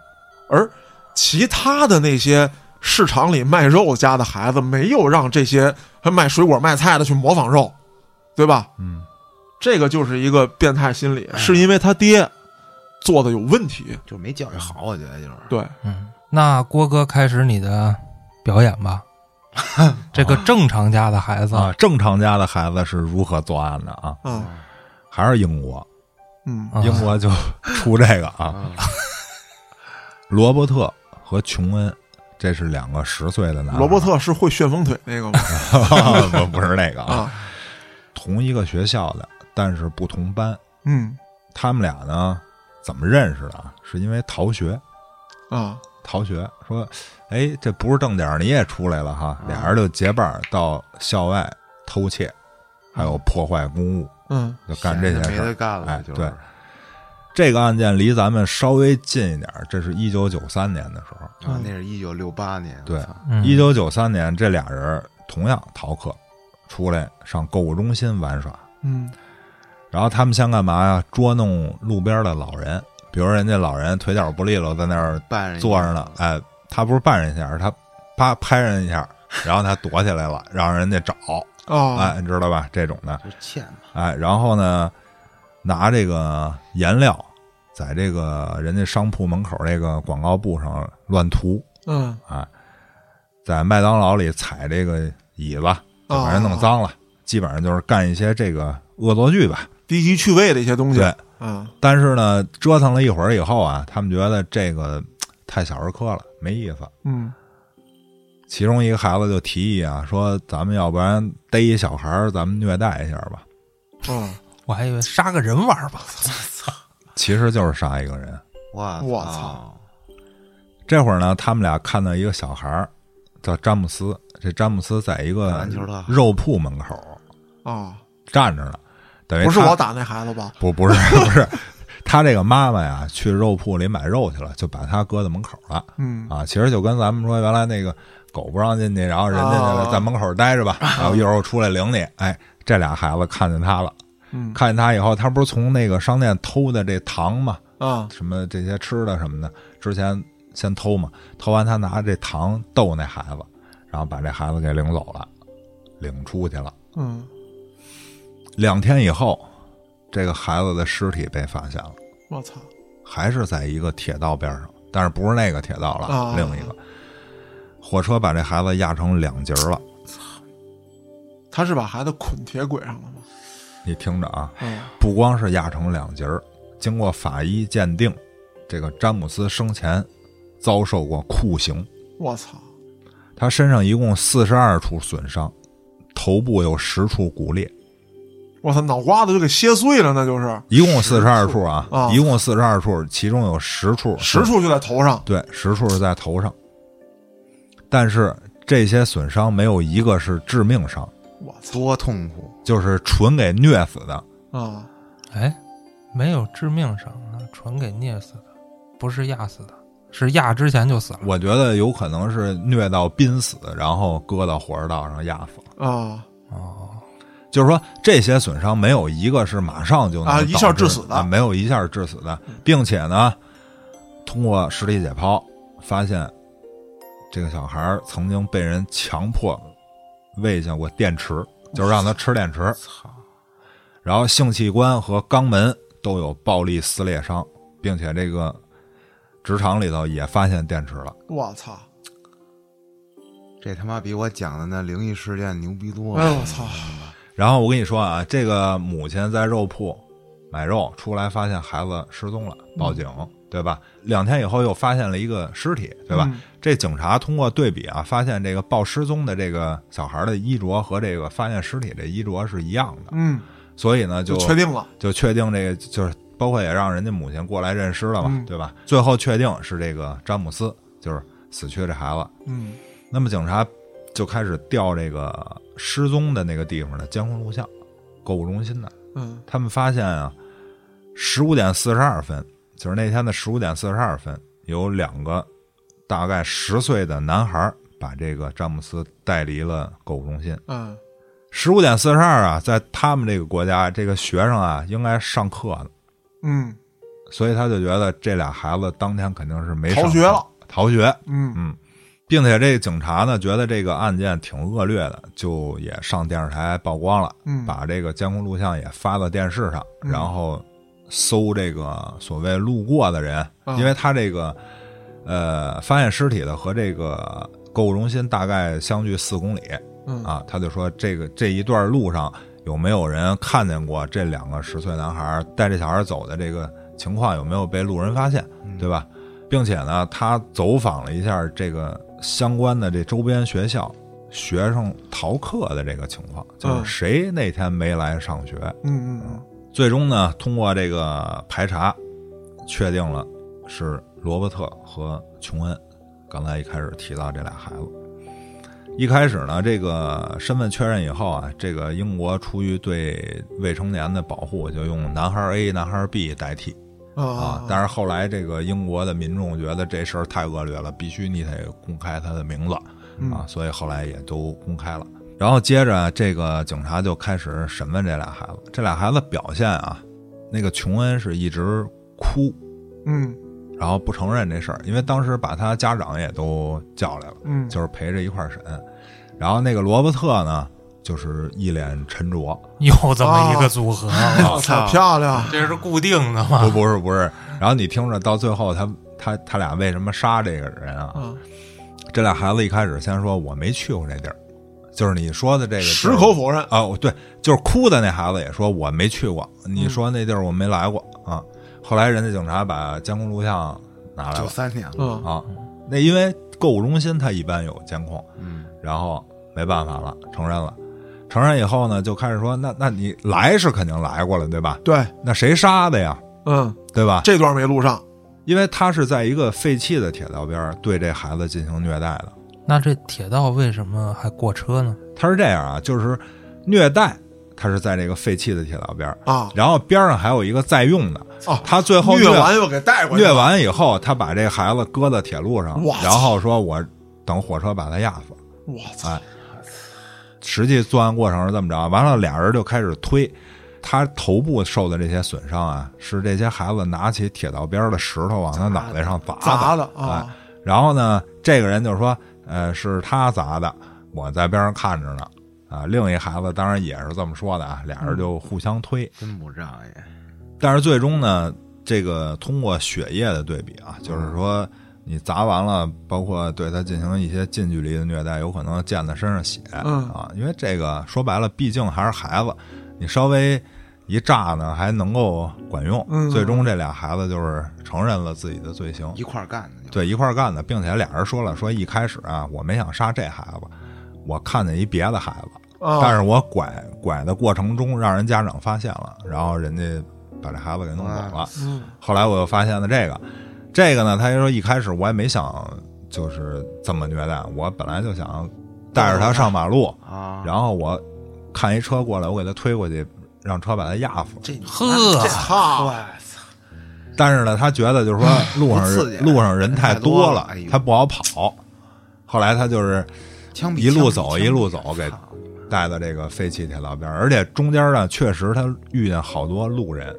Speaker 1: 而其他的那些市场里卖肉家的孩子没有让这些卖水果卖菜的去模仿肉，对吧？
Speaker 2: 嗯，
Speaker 1: 这个就是一个变态心理，
Speaker 2: 哎
Speaker 1: 是因为他爹做的有问题。
Speaker 4: 就没教育好，我觉得就是。
Speaker 1: 对，啊
Speaker 3: 嗯，那郭哥开始你的表演 吧。这个正常家的孩子，
Speaker 2: 啊，正常家的孩子是如何作案的啊？
Speaker 1: 啊，
Speaker 2: 还是英国，
Speaker 1: 嗯
Speaker 3: 啊
Speaker 2: 英国就出这个啊，
Speaker 4: 啊，
Speaker 2: 罗伯特和琼恩。这是两个十岁的男孩，
Speaker 1: 罗伯特是会旋风腿那个吗？
Speaker 2: 特 不是那个 啊，
Speaker 1: 啊，
Speaker 2: 同一个学校的，但是不同班。
Speaker 1: 嗯
Speaker 2: 他们俩呢，怎么认识的啊？是因为逃学，
Speaker 1: 啊，
Speaker 2: 逃学，说：“哎，这不是正点儿，你也出来了
Speaker 4: 啊
Speaker 2: 哈。”俩人就结伴儿到校外偷窃，还有破坏公物，
Speaker 1: 嗯
Speaker 2: 就干这些
Speaker 4: 闲着
Speaker 2: 事
Speaker 4: 没嗯得
Speaker 2: 儿。
Speaker 4: 干了，
Speaker 2: 哎
Speaker 4: 就
Speaker 2: 对
Speaker 4: 是。啊
Speaker 2: 这个案件离咱们稍微近一点儿，这是一九九三年的时候。
Speaker 1: 嗯
Speaker 4: 啊，那是一九六八年，
Speaker 2: 对
Speaker 4: 我操
Speaker 3: 嗯
Speaker 2: 一九九三年，这俩人同样逃课，出来上购物中心玩耍。
Speaker 1: 嗯
Speaker 2: 然后他们先干嘛呀？捉弄路边的老人，比如人家老人腿脚不利落，在那儿
Speaker 4: 办人
Speaker 2: 坐着呢，哎，他不是绊人一下，他啪拍人一下，然后他躲起来了，让人家找，
Speaker 1: 啊，
Speaker 2: 哎，你知道吧？这种的，
Speaker 4: 就欠嘛，
Speaker 2: 哎，然后呢，拿这个颜料在这个人家商铺门口这个广告布上乱涂，
Speaker 1: 嗯
Speaker 2: 在麦当劳里踩这个椅子，就把人弄脏了，基本上就是干一些这个恶作剧吧。
Speaker 1: 低级趣味的一些东西，
Speaker 2: 对，
Speaker 1: 嗯
Speaker 2: 但是呢，折腾了一会儿以后啊，他们觉得这个太小儿科了，没意思。
Speaker 1: 嗯
Speaker 2: 其中一个孩子就提议啊，说咱们要不然逮一小孩儿，咱们虐待一下吧。
Speaker 1: 啊，
Speaker 3: 我还以为杀个人玩儿吧，
Speaker 2: 其实就是杀一个人。
Speaker 4: 我
Speaker 1: 我
Speaker 4: 操
Speaker 1: 操，
Speaker 2: 这会儿呢，他们俩看到一个小孩儿叫詹姆斯，这詹姆斯在一
Speaker 4: 打
Speaker 2: 个
Speaker 4: 篮球的
Speaker 2: 肉铺门口
Speaker 1: 啊，
Speaker 2: 站着呢，等于
Speaker 1: 不是
Speaker 2: 他
Speaker 1: 我打那孩子吧？
Speaker 2: 不不是 不是，他这个妈妈呀，去肉铺里买肉去了，就把他搁在门口了
Speaker 1: 嗯
Speaker 2: 啊。其实就跟咱们说原来那个狗不让进去，然后人家
Speaker 1: 啊
Speaker 4: 哦
Speaker 2: 就在门口待着吧，然后一会儿我出来领你。哎，这俩孩子看见他了，
Speaker 1: 嗯
Speaker 2: 看见他以后，他不是从那个商店偷的这糖嘛，
Speaker 1: 啊
Speaker 2: 什么这些吃的什么的，之前先偷嘛，偷完他拿这糖逗那孩子，然后把这孩子给领走了，领出去了。
Speaker 1: 嗯，
Speaker 2: 两天以后，这个孩子的尸体被发现了。
Speaker 1: 我操，
Speaker 2: 还是在一个铁道边上，但是不是那个铁道了，
Speaker 1: 啊
Speaker 2: 另一个火车把这孩子压成两截儿了。
Speaker 1: 他是把孩子捆铁轨上了吗？
Speaker 2: 你听着啊，
Speaker 1: 嗯
Speaker 2: 不光是压成两截儿，经过法医鉴定，这个詹姆斯生前遭受过酷刑，
Speaker 1: 我操，
Speaker 2: 他身上一共四十二处损伤，头部有十处骨裂，
Speaker 1: 我操，脑瓜子就给歇碎了，那就是
Speaker 2: 一共四十二处啊，
Speaker 1: 啊
Speaker 2: 一共四十二处，其中有十处
Speaker 1: 十处就在头上，
Speaker 2: 对，实处是在头上，但是这些损伤没有一个是致命伤，
Speaker 1: 我操
Speaker 4: 多痛苦！
Speaker 2: 就是纯给虐死的。
Speaker 1: 啊，
Speaker 3: 哎，没有致命伤，那纯给捏死的，不是压死的，是压之前就死了。
Speaker 2: 我觉得有可能是虐到濒死，然后搁到火车道上压死了。
Speaker 1: 啊
Speaker 3: 哦，
Speaker 2: 就是说，这些损伤没有一个是马上就能
Speaker 1: 啊一下
Speaker 2: 导
Speaker 1: 致死的嗯
Speaker 2: 啊没有一下致死的，并且呢，通过尸体解剖发现，这个小孩儿曾经被人强迫喂下过电池，就是让他吃电池。
Speaker 4: 操，
Speaker 2: 然后性器官和肛门都有暴力撕裂伤，并且这个职场里头也发现电池了。
Speaker 1: 我操，
Speaker 4: 这他妈比我讲的那灵异事件牛逼多了！
Speaker 1: 哎我操，
Speaker 2: 然后我跟你说啊，这个母亲在肉铺买肉出来，发现孩子失踪了，报警，对吧？两天以后又发现了一个尸体，对吧？
Speaker 1: 嗯
Speaker 2: 这警察通过对比啊，发现这个报失踪的这个小孩的衣着和这个发现尸体这衣着是一样的，
Speaker 1: 嗯，
Speaker 2: 所以呢，就
Speaker 1: 就确定了，
Speaker 2: 就确定这个就是包括也让人家母亲过来认尸了嘛，
Speaker 1: 嗯
Speaker 2: 对吧？最后确定是这个詹姆斯，就是死去这孩子。
Speaker 1: 嗯
Speaker 2: 那么警察就开始调这个失踪的那个地方的监控录像，购物中心的，
Speaker 1: 嗯
Speaker 2: 他们发现啊，十五点四十二分，就是那天的十五点四十二分，有两个大概十岁的男孩把这个詹姆斯带离了购物中心。
Speaker 1: 嗯，
Speaker 2: 十五点四十二啊，在他们这个国家，这个学生啊应该上课呢。
Speaker 1: 嗯
Speaker 2: 所以他就觉得这俩孩子当天肯定是没上
Speaker 1: 逃学了，
Speaker 2: 逃学，
Speaker 1: 嗯
Speaker 2: 嗯，并且这警察呢觉得这个案件挺恶劣的，就也上电视台曝光了，
Speaker 1: 嗯，
Speaker 2: 把这个监控录像也发到电视上，
Speaker 1: 嗯
Speaker 2: 然后搜这个所谓路过的人，
Speaker 1: 啊
Speaker 2: 因为他这个呃发现尸体的和这个购物中心大概相距四公里
Speaker 1: 嗯
Speaker 2: 啊，他就说这个这一段路上。有没有人看见过这两个十岁男孩带着小孩走的这个情况？有没有被路人发现？
Speaker 4: 嗯
Speaker 2: 对吧？并且呢，他走访了一下这个相关的这周边学校学生逃课的这个情况，就是
Speaker 1: 嗯
Speaker 2: 谁那天没来上学。
Speaker 1: 嗯嗯
Speaker 2: 最终呢，通过这个排查，确定了是罗伯特和琼恩。刚才一开始提到这俩孩子，一开始呢，这个身份确认以后啊，这个英国出于对未成年的保护，就用男孩 A、男孩 B 代替。
Speaker 1: 嗯
Speaker 2: 啊
Speaker 1: 啊，，
Speaker 2: 但是后来这个英国的民众觉得这事儿太恶劣了，必须你得公开他的名字
Speaker 1: 嗯
Speaker 2: 啊，所以后来也都公开了。然后接着这个警察就开始审问这俩孩子，这俩孩子表现啊，那个琼恩是一直哭，
Speaker 1: 嗯
Speaker 2: 然后不承认这事儿，因为当时把他家长也都叫来了，
Speaker 1: 嗯，
Speaker 2: 就是陪着一块儿审。然后那个罗伯特呢，就是一脸沉
Speaker 1: 啊
Speaker 2: 着，
Speaker 3: 又这么一个组合，啊
Speaker 1: 我操，漂亮！
Speaker 2: 啊
Speaker 3: 这是固定的
Speaker 2: 不
Speaker 3: 吗？
Speaker 2: 不是不是。然后你听着，到最后他他他俩为什么杀这个人啊？
Speaker 1: 啊，
Speaker 2: 这俩孩子一开始先说我没去过这地儿，就是你说的这个地儿
Speaker 1: 矢口否认。
Speaker 2: 啊，我对，就是哭的那孩子也说我没去过，你说那地儿我没来过啊。后来人家警察把监控录像拿来
Speaker 4: 九
Speaker 2: 了
Speaker 4: 三年了，
Speaker 1: 嗯，
Speaker 2: 啊，那因为购物中心它一般有监控，
Speaker 4: 嗯，
Speaker 2: 然后没办法了，承认了。承认以后呢，就开始说那那你来是肯定来过了，对吧？
Speaker 1: 对，
Speaker 2: 那谁杀的呀？
Speaker 1: 嗯，
Speaker 2: 对吧？
Speaker 1: 这段没录上，
Speaker 2: 因为他是在一个废弃的铁道边儿对这孩子进行虐待的。
Speaker 3: 那这铁道为什么还过车呢？
Speaker 2: 他是这样啊，就是虐待，他是在这个废弃的铁道边儿
Speaker 1: 啊
Speaker 2: 然后边上还有一个在用的。
Speaker 1: 哦
Speaker 2: 他最后
Speaker 1: 虐完又给带回去
Speaker 2: 虐完以后，他把这孩子搁到铁路上
Speaker 1: 哇，
Speaker 2: 然后说我等火车把他压死。
Speaker 1: 我操，
Speaker 2: 哎实际作案过程是这么着，完了俩人就开始推。他头部受的这些损伤啊，是这些孩子拿起铁道边儿的石头往他脑袋上砸的。
Speaker 1: 砸的啊！
Speaker 2: 然后呢，这个人就说：“呃，是他砸的，我在边上看着呢。”啊，另一孩子当然也是这么说的啊，俩人就互相推。
Speaker 4: 真不仗义，
Speaker 2: 但是最终呢，这个通过血液的对比啊，
Speaker 1: 嗯
Speaker 2: 就是说你砸完了，包括对他进行一些近距离的虐待，有可能溅在身上血、
Speaker 1: 嗯
Speaker 2: 啊，因为这个说白了，毕竟还是孩子，你稍微一炸呢，还能够管用。
Speaker 1: 嗯
Speaker 2: 最终这俩孩子就是承认了自己的罪行，
Speaker 4: 一块儿干的就，
Speaker 2: 对，一块儿干的，并且俩人说了，说一开始啊，我没想杀这孩子，我看见一别的孩子，
Speaker 4: 哦
Speaker 1: 啊
Speaker 2: 但是我拐拐的过程中让人家长发现了，然后人家把这孩子给弄走了。
Speaker 1: 嗯
Speaker 2: 后来我又发现了这个，这个呢，他就说一开始我也没想就是这么虐待，我本来就想带着他上马路，
Speaker 4: 啊，
Speaker 2: 然后我看一车过来，我给他推过去，让车把他压死。
Speaker 4: 这
Speaker 3: 呵
Speaker 4: 这
Speaker 1: 操，
Speaker 2: 但是呢，他觉得就是说路上
Speaker 4: 不刺激
Speaker 2: 人路上人太多了
Speaker 4: 太多了哎呦，
Speaker 2: 他不好跑。后来他就是
Speaker 4: 枪毙
Speaker 2: 一路
Speaker 4: 枪毙
Speaker 2: 走
Speaker 4: 枪
Speaker 2: 一
Speaker 4: 毙
Speaker 2: 路走给
Speaker 4: 操
Speaker 2: 带到这个废弃铁道边儿，而且中间呢，确实他遇见好多路人，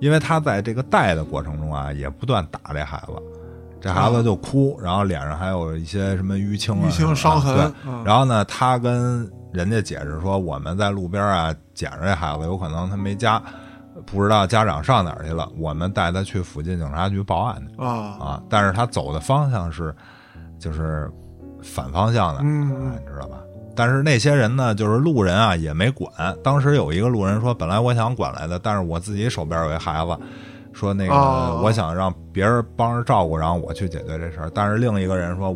Speaker 2: 因为他在这个带的过程中啊，也不断打这孩子，这孩子就哭，然后脸上还有一些什么淤青啊
Speaker 1: 啊淤
Speaker 2: 什么
Speaker 1: 青
Speaker 2: 的，
Speaker 1: 伤痕
Speaker 2: 对，
Speaker 1: 嗯
Speaker 2: 然后呢，他跟人家解释说，我们在路边啊捡着这孩子，有可能他没家，不知道家长上哪儿去了，我们带他去附近警察局报案去
Speaker 1: 啊，
Speaker 2: 啊。但是他走的方向是，就是反方向的，
Speaker 1: 嗯
Speaker 2: 啊你知道吧？但是那些人呢，就是路人啊，也没管。当时有一个路人说，本来我想管来的，但是我自己手边有一孩子，说那个、
Speaker 1: 哦
Speaker 2: 我想让别人帮着照顾，然后我去解决这事儿。但是另一个人说，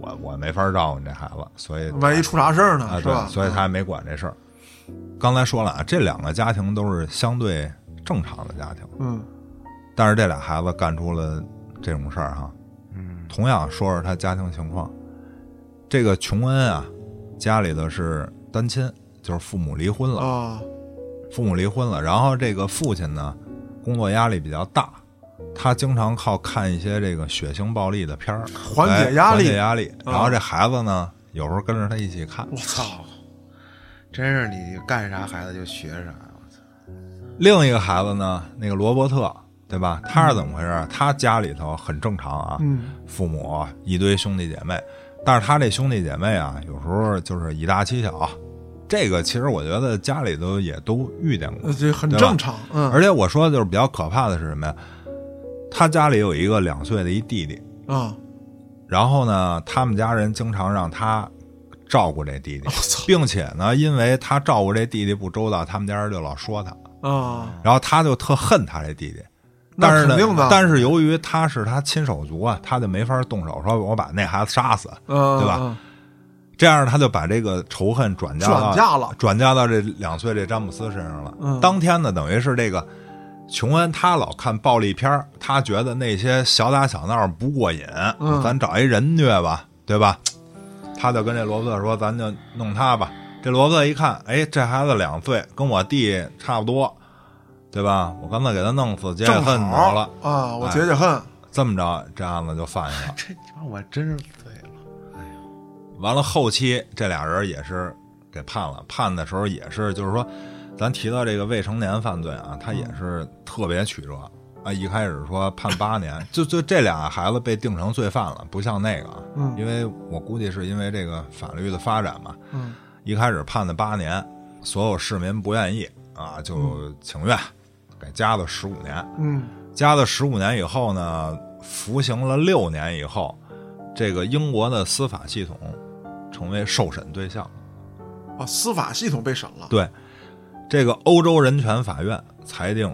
Speaker 2: 我我没法照顾你这孩子，所以
Speaker 1: 万一出啥事儿
Speaker 2: 啊，
Speaker 1: 呢？是
Speaker 2: 对
Speaker 1: 吧？，
Speaker 2: 所以他也没管这事儿。刚才说了啊，这两个家庭都是相对正常的家庭，
Speaker 1: 嗯
Speaker 2: 但是这俩孩子干出了这种事儿、哈。
Speaker 4: 嗯，
Speaker 2: 同样说说他家庭情况，这个琼恩啊，家里的是单亲，就是父母离婚了，
Speaker 1: 啊，
Speaker 2: 父母离婚了，然后这个父亲呢，工作压力比较大。他经常靠看一些这个血腥暴力的片儿
Speaker 1: 缓解
Speaker 2: 来
Speaker 1: 压力
Speaker 2: 缓解压力。
Speaker 1: 啊
Speaker 2: 然后这孩子呢，有时候跟着他一起看，
Speaker 1: 我操，
Speaker 4: 真是你干啥孩子就学啥，我操，
Speaker 2: 另一个孩子呢，那个罗伯特，对吧？他是怎么回事啊？他家里头很正常啊，
Speaker 1: 嗯
Speaker 2: 父母一堆兄弟姐妹，但是他这兄弟姐妹啊，有时候就是以大欺小。这个其实我觉得家里头也都遇见过
Speaker 1: 呃，这很
Speaker 2: 对吧
Speaker 1: 正常，嗯，
Speaker 2: 而且我说的就是比较可怕的是什么呀？他家里有一个两岁的一弟弟，
Speaker 1: 啊，
Speaker 2: 然后呢，他们家人经常让他照顾这弟弟
Speaker 1: 我，操
Speaker 2: 并且呢，因为他照顾这弟弟不周到，他们家人就老说他。
Speaker 1: 啊，
Speaker 2: 然后他就特恨他这弟弟。
Speaker 1: 那
Speaker 2: 但是呢
Speaker 1: 肯定的，
Speaker 2: 但是由于他是他亲手足啊，他就没法动手，说我把那孩子杀死，
Speaker 1: 嗯，
Speaker 2: 对吧
Speaker 1: 嗯？
Speaker 2: 这样他就把这个仇恨转嫁到
Speaker 1: 转嫁了
Speaker 2: 转嫁到这两岁这詹姆斯身上了。
Speaker 1: 嗯
Speaker 2: 当天呢，等于是这个琼恩他老看暴力片儿他觉得那些小打小闹不过瘾，
Speaker 1: 嗯
Speaker 2: 咱找一人虐吧，对吧？他就跟这罗伯特说：“咱就弄他吧。”这罗伯特一看，哎，这孩子两岁，跟我弟差不多，对吧？我干脆给他弄死，解解
Speaker 1: 正
Speaker 2: 恨得
Speaker 1: 好
Speaker 2: 了。
Speaker 1: 啊，我
Speaker 2: 哎
Speaker 1: 解解恨，
Speaker 2: 这么着，这案子就犯下了。
Speaker 4: 这他妈我真是醉了，
Speaker 2: 完了，后期这俩人也是给判了。判的时候也是，就是说，咱提到这个未成年犯罪啊，他也是特别曲折啊。一开始说判八年，就就这俩孩子被定成罪犯了，不像那个啊，
Speaker 1: 嗯
Speaker 2: 因为我估计是因为这个法律的发展嘛，
Speaker 1: 嗯
Speaker 2: 一开始判的八年，所有市民不愿意啊，就请愿，给加了十五年。
Speaker 1: 嗯
Speaker 2: 加了十五年以后呢，服刑了六年以后，这个英国的司法系统成为受审对象。
Speaker 1: 啊，司法系统被审了，
Speaker 2: 对，这个欧洲人权法院裁定，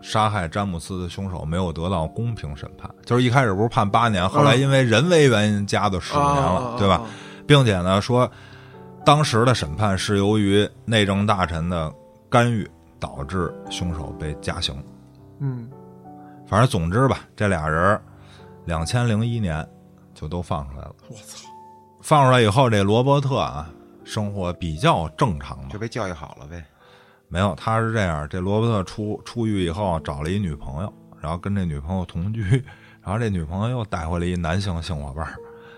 Speaker 2: 杀害詹姆斯的凶手没有得到公平审判，就是一开始不是判八年，后来因为人为原因加的十五年
Speaker 1: 哦
Speaker 2: 了，
Speaker 1: 啊
Speaker 2: 对吧？？并且呢说，当时的审判是由于内政大臣的干预导致凶手被加刑。
Speaker 1: 嗯
Speaker 2: 反正总之吧，这俩人两千零一年就都放出来了。
Speaker 1: 我操，
Speaker 2: 放出来以后，这罗伯特啊，生活比较正常嘛
Speaker 4: 就，被教育好了呗。
Speaker 2: 没有他是这样，这罗伯特出出狱以后啊找了一女朋友，然后跟这女朋友同居，然后这女朋友又带回了一男性性伙伴儿，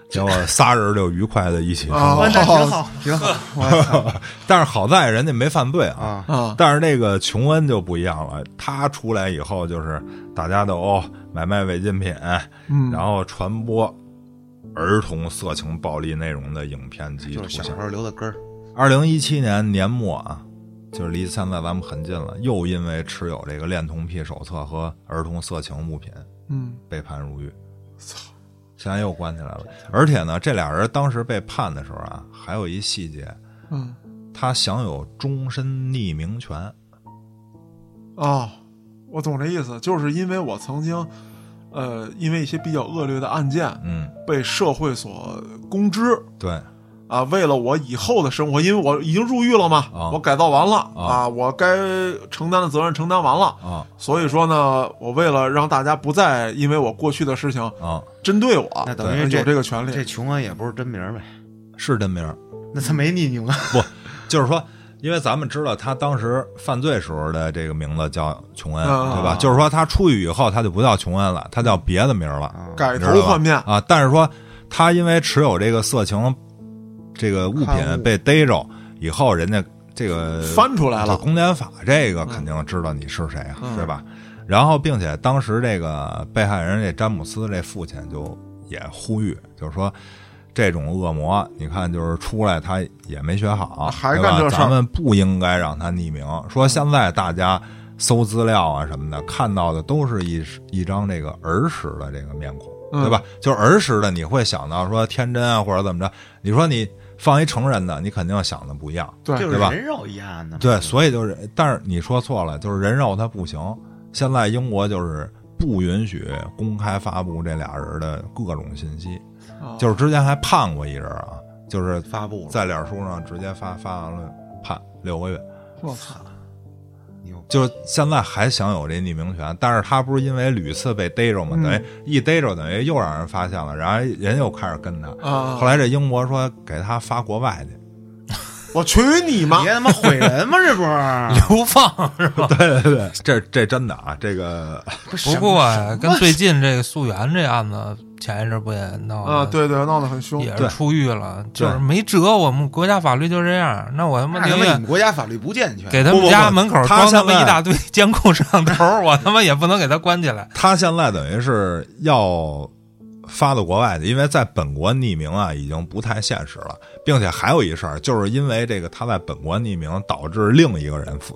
Speaker 2: 结果仨人就愉快的一起生活。
Speaker 1: 哦
Speaker 4: 那挺好，挺好。我操
Speaker 2: 但是好在人家没犯罪啊，
Speaker 4: 啊！
Speaker 1: 啊，
Speaker 2: 但是那个琼恩就不一样了，他出来以后就是大家都哦买卖违禁品，
Speaker 1: 嗯
Speaker 2: 然后传播儿童色情暴力内容的影片及
Speaker 4: 就
Speaker 2: 图
Speaker 4: 是小
Speaker 2: 像
Speaker 4: 时。候留的根儿，
Speaker 2: 二零一七年年末啊，就是离现在咱们很近了，又因为持有这个恋童癖手册和儿童色情物品
Speaker 1: 嗯
Speaker 2: 被判入狱。操！现在又关起来了，而且呢，这俩人当时被判的时候啊，还有一细节，
Speaker 1: 嗯
Speaker 2: 他享有终身匿名权。
Speaker 1: 哦，我懂这意思，就是因为我曾经，呃，因为一些比较恶劣的案件
Speaker 2: 嗯，
Speaker 1: 被社会所公知
Speaker 2: 对，
Speaker 1: 啊，为了我以后的生活，因为我已经入狱了嘛，
Speaker 2: 啊
Speaker 1: 我改造完了
Speaker 2: 啊
Speaker 1: 啊，我该承担的责任承担完了。
Speaker 2: 啊
Speaker 1: 所以说呢，我为了让大家不再因为我过去的事情
Speaker 2: 啊，
Speaker 1: 针对我，
Speaker 4: 那等于这
Speaker 1: 有这个权利
Speaker 4: 这琼恩也不是真名儿呗？
Speaker 2: 是真名儿。
Speaker 4: 那他没匿名啊？
Speaker 2: 就是说，因为咱们知道他当时犯罪时候的这个名字叫琼恩，
Speaker 1: 啊
Speaker 2: 对吧？就是说他出狱以后，他就不叫琼恩了，他叫别的名儿了，
Speaker 4: 啊
Speaker 1: 改
Speaker 2: 你知
Speaker 1: 头
Speaker 2: 道吧
Speaker 1: 换面。
Speaker 2: 啊。但是说他因为持有这个色情这个物
Speaker 4: 刊
Speaker 2: 品
Speaker 4: 物
Speaker 2: 被逮着以后，人家这个
Speaker 1: 翻出来了
Speaker 2: 就公检法这个肯定知道你是谁啊，
Speaker 1: 嗯
Speaker 2: 对吧？然后，并且当时这个被害人这詹姆斯这父亲就也呼吁，就是说这种恶魔，你看就是出来他也没学好，
Speaker 1: 啊还
Speaker 2: 对吧
Speaker 1: 干这事儿
Speaker 2: 咱们不应该让他匿名。说现在大家搜资料啊什么的，看到的都是一一张这个儿时的这个面孔，
Speaker 1: 嗯
Speaker 2: 对吧？就是儿时的你会想到说天真啊或者怎么着，你说你放一成人的，你肯定想的不一样。
Speaker 1: 对
Speaker 4: 就是
Speaker 2: 对吧
Speaker 4: 人肉一案呢。
Speaker 2: 对，所以就是，但是你说错了，就是人肉它不行。现在英国就是不允许公开发布这俩人的各种信息，
Speaker 1: 啊
Speaker 2: 就是之前还判过一人啊，就是
Speaker 4: 发布了，
Speaker 2: 在脸书上直接发发完了判六个月，
Speaker 1: 我操，
Speaker 4: 牛
Speaker 2: 就是现在还享有这匿名权，但是他不是因为屡次被逮着嘛，
Speaker 1: 嗯
Speaker 2: 等于一逮着等于又让人发现了，然后人又开始跟他。
Speaker 1: 啊
Speaker 2: 后来这英国说给他发国外去，
Speaker 1: 我去你妈！
Speaker 4: 别他妈毁人吗？这不是？
Speaker 3: 流放是吧？
Speaker 2: 对对对，这这真的啊，这个
Speaker 3: 不过啊跟最近这个溯源这案子，前一阵不也闹
Speaker 1: 啊，
Speaker 3: 了
Speaker 1: 对对，闹得很凶。
Speaker 3: 也
Speaker 2: 对
Speaker 3: 是出狱了，
Speaker 2: 对
Speaker 3: 就是没辙，我们国家法律就这样。那我他妈
Speaker 4: 那他
Speaker 3: 宁
Speaker 4: 妈你
Speaker 3: 愿
Speaker 4: 们国家法律不健全。
Speaker 3: 给他
Speaker 2: 不不不
Speaker 3: 们家门口
Speaker 2: 他
Speaker 3: 装他
Speaker 2: 现在
Speaker 3: 妈一大堆 监控摄像头，我他妈也不能给他关起来。
Speaker 2: 他现在等于是要发到国外去，因为在本国匿名啊已经不太现实了，并且还有一事儿，就是因为这个他在本国匿名导致另一个人死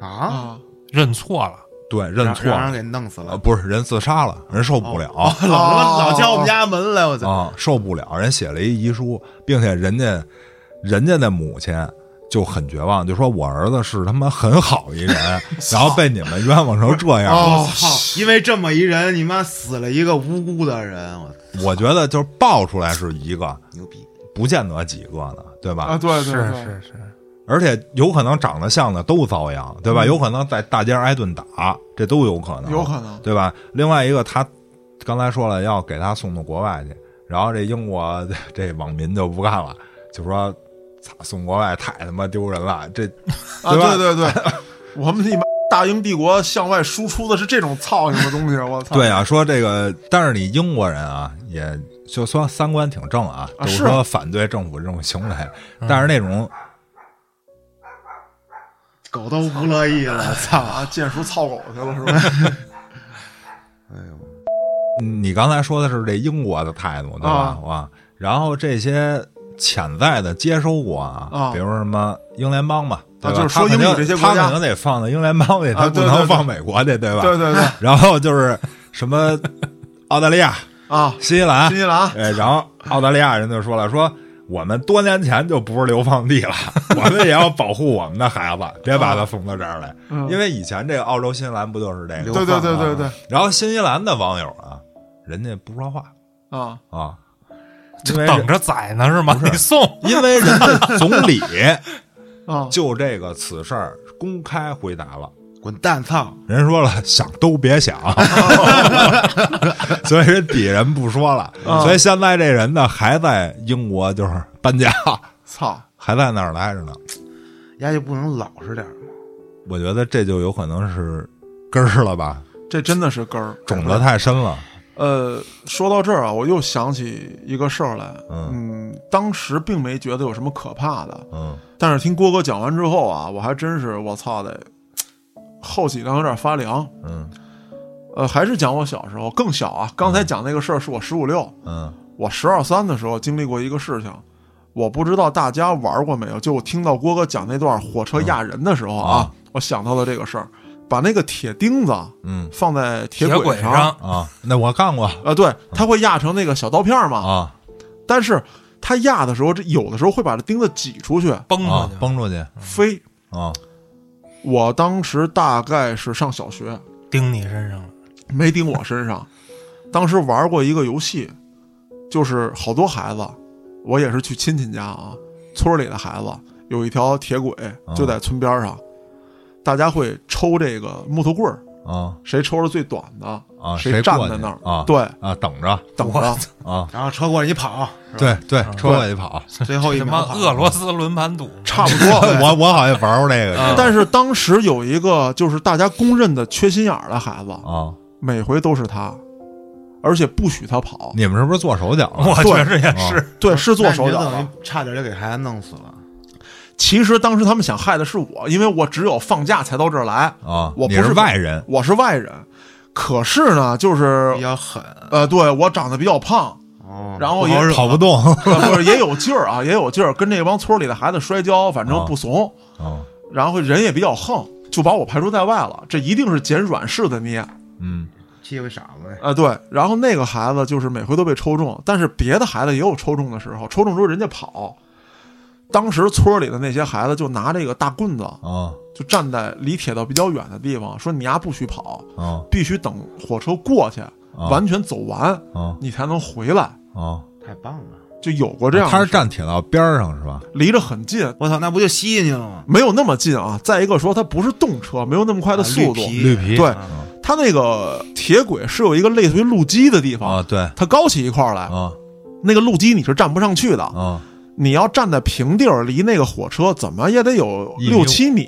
Speaker 2: 了，
Speaker 4: 啊，
Speaker 1: 啊，
Speaker 3: 认错了，
Speaker 2: 对，认
Speaker 4: 让
Speaker 2: 错
Speaker 4: 让
Speaker 2: 了
Speaker 4: 人，给弄死
Speaker 2: 呃，
Speaker 4: 了。
Speaker 2: 不是人自杀了，人受不了。
Speaker 1: 哦
Speaker 4: 老老敲我们家门来，我操！
Speaker 2: 啊、受不了，人写了一遗书，并且人家人家的母亲就很绝望，就说我儿子是他妈很好一 人，然后被你们冤枉成这样，
Speaker 1: 哦
Speaker 4: 操！因为这么一人，你妈死了一个无辜的人，我操
Speaker 2: 我觉得就是爆出来是一个，
Speaker 4: 牛逼！
Speaker 2: 不见得几个呢，对吧？
Speaker 1: 啊，对对
Speaker 3: 是
Speaker 1: 对，
Speaker 3: 是是，
Speaker 2: 而且有可能长得像的都遭殃，对吧？有可能在大街上挨顿打，这都有可能，
Speaker 1: 嗯有可能。
Speaker 2: 对吧？另外一个，他刚才说了要给他送到国外去，然后这英国这网民就不干了，就说。操，送国外太他妈丢人了！这
Speaker 1: 啊，
Speaker 2: 对吧
Speaker 1: 对对对， 我们你妈大英帝国向外输出的是这种操性的东西，我操！
Speaker 2: 对啊，说这个，但是你英国人啊，也就说三观挺正啊，
Speaker 1: 啊嗯
Speaker 2: 就是说反对政府这种行为，但是那种
Speaker 4: 狗都不乐 意了，操！
Speaker 1: 啊，剑叔操狗去了是吧？
Speaker 4: 哎呦，
Speaker 2: 你刚才说的是这英国的态度，对吧？啊，然后这些潜在的接收国啊
Speaker 1: 啊，
Speaker 2: 比如什么英联邦吧，对吧？
Speaker 1: 就是说英语这些国家
Speaker 2: 他肯定得放到英联邦里，
Speaker 1: 啊
Speaker 2: 他不
Speaker 1: 对对
Speaker 2: 能
Speaker 1: 对
Speaker 2: 放美国去，对 吧？
Speaker 1: 对 对对
Speaker 2: 然后就是什么澳大利亚、
Speaker 1: 啊，
Speaker 2: 新西兰
Speaker 1: 新，西兰
Speaker 2: 哎，然后澳大利亚人就说了，说我们多年前就不是流放地了， 我们也要保护我们的孩子，别把他送到这儿来，
Speaker 1: 啊嗯
Speaker 2: 因为以前这个澳洲、新西兰不就是这
Speaker 4: 流
Speaker 2: 个？
Speaker 1: 对对对对对
Speaker 2: 然后新西兰的网友啊，人家不说话
Speaker 1: 啊，
Speaker 2: 啊，因
Speaker 3: 就
Speaker 2: 为
Speaker 3: 等着宰呢是吗？
Speaker 2: 不是
Speaker 3: 你送
Speaker 2: 因为人家总理
Speaker 1: 啊，
Speaker 2: 就这个此事儿公开回答了。
Speaker 4: 滚蛋操！
Speaker 2: 人说了，想都别想， 所以人底人不说了。
Speaker 1: 啊
Speaker 2: 所以现在这人呢，还在英国就是搬家，
Speaker 1: 操，
Speaker 2: 还在那儿待着呢。
Speaker 4: 丫就不能老实点儿吗？
Speaker 2: 我觉得这就有可能是根儿了吧，
Speaker 1: 这真的是根儿。
Speaker 2: 种子太深了。
Speaker 1: 呃，说到这儿啊，我又想起一个事儿来。
Speaker 2: 嗯
Speaker 1: 嗯，当时并没觉得有什么可怕的，
Speaker 2: 嗯，
Speaker 1: 但是听郭哥讲完之后啊，我还真是我操的，后脊梁有点发凉。
Speaker 2: 嗯
Speaker 1: 呃，还是讲我小时候，更小啊。刚才讲那个事儿是我十五六，
Speaker 2: 嗯
Speaker 1: 我十二三的时候经历过一个事情，我不知道大家玩过没有。就我听到郭哥讲那段火车压人的时候啊，我想到了这个事儿，把那个铁钉子
Speaker 2: 嗯
Speaker 1: 放在铁
Speaker 3: 铁
Speaker 1: 轨
Speaker 3: 轨上，
Speaker 2: 啊，那我干过
Speaker 1: 啊，对，它会压成那个小刀片嘛。
Speaker 2: 啊
Speaker 1: 但是它压的时候，这有的时候会把这钉子挤出去
Speaker 3: 崩
Speaker 2: 啊
Speaker 3: 出去，，
Speaker 2: 崩出去
Speaker 1: 飞。
Speaker 2: 啊
Speaker 1: 我当时大概是上小学，
Speaker 3: 钉你身上了。
Speaker 1: 没顶我身上。当时玩过一个游戏，就是好多孩子，我也是去亲戚家啊，村里的孩子有一条铁轨
Speaker 2: 啊
Speaker 1: 就在村边上，大家会抽这个木头棍儿，
Speaker 2: 啊
Speaker 1: 谁抽的最短的，
Speaker 2: 啊，
Speaker 1: 谁站
Speaker 2: 过
Speaker 1: 在
Speaker 2: 去
Speaker 1: 那儿，
Speaker 2: 啊
Speaker 1: 对，
Speaker 2: 啊等着
Speaker 1: 等着，
Speaker 2: 啊，
Speaker 4: 然后车过来你跑，是吧
Speaker 2: 对对，
Speaker 3: 嗯
Speaker 2: 车过去跑。
Speaker 4: 最后一
Speaker 3: 什
Speaker 4: 秒
Speaker 3: 么
Speaker 4: 跑
Speaker 3: 俄罗斯轮盘赌？
Speaker 1: 差不多。
Speaker 2: 我我好像玩过这个
Speaker 3: 啊
Speaker 1: 但是当时有一个就是大家公认的缺心眼儿的孩子，
Speaker 2: 啊，
Speaker 1: 每回都是他，而且不许他跑。
Speaker 2: 你们是不是做手脚啊了？
Speaker 3: 我觉着也是，
Speaker 1: 对，是做手脚的
Speaker 4: 那你就。等于差点就给孩子弄死了。
Speaker 1: 其实当时他们想害的是我，因为我只有放假才到这儿来，
Speaker 2: 啊，
Speaker 1: 我
Speaker 2: 你
Speaker 1: 不是
Speaker 2: 外人
Speaker 1: 我是外人。可是呢，就是
Speaker 4: 比较狠
Speaker 1: 呃，对我长得比较胖，
Speaker 2: 啊
Speaker 4: 哦，
Speaker 1: 然后
Speaker 4: 不好
Speaker 1: 也
Speaker 4: 惹
Speaker 2: 跑不动
Speaker 1: 呃不是也有劲儿啊，也有劲儿，跟这帮村里的孩子摔跤，反正
Speaker 2: 啊
Speaker 1: 不怂，
Speaker 2: 啊，
Speaker 1: 然后人也比较横，就把我排除在外了。这一定是捡软柿子捏。
Speaker 2: 嗯
Speaker 4: 欺负傻哎子呗。
Speaker 1: 啊，对，然后那个孩子就是每回都被抽中，但是别的孩子也有抽中的时候，抽中之后人家跑。当时村里的那些孩子就拿这个大棍子，
Speaker 2: 啊
Speaker 1: 就站在离铁道比较远的地方，说你丫不许跑，
Speaker 2: 啊
Speaker 1: 必须等火车过去，
Speaker 2: 啊
Speaker 1: 完全走完，
Speaker 2: 啊
Speaker 1: 你才能回来。
Speaker 2: 啊，
Speaker 4: 太棒了！
Speaker 1: 就有过这样的事，
Speaker 2: 他是站铁道边儿上是吧？
Speaker 1: 离着很近，
Speaker 4: 我操，那不就吸进去了吗？
Speaker 1: 没有那么近啊。再一个说，它不是动车，没有那么快的
Speaker 4: 啊
Speaker 1: 速度。
Speaker 4: 绿皮
Speaker 2: 绿皮
Speaker 1: 对
Speaker 4: 啊，
Speaker 1: 它那个铁轨是有一个类似于路基的地方，
Speaker 2: 啊，对
Speaker 1: 它高起一块儿来，
Speaker 2: 啊
Speaker 1: 那个路基你是站不上去的。
Speaker 2: 啊
Speaker 1: 你要站在平地儿，离那个火车怎么也得有
Speaker 2: 一米
Speaker 1: 六七米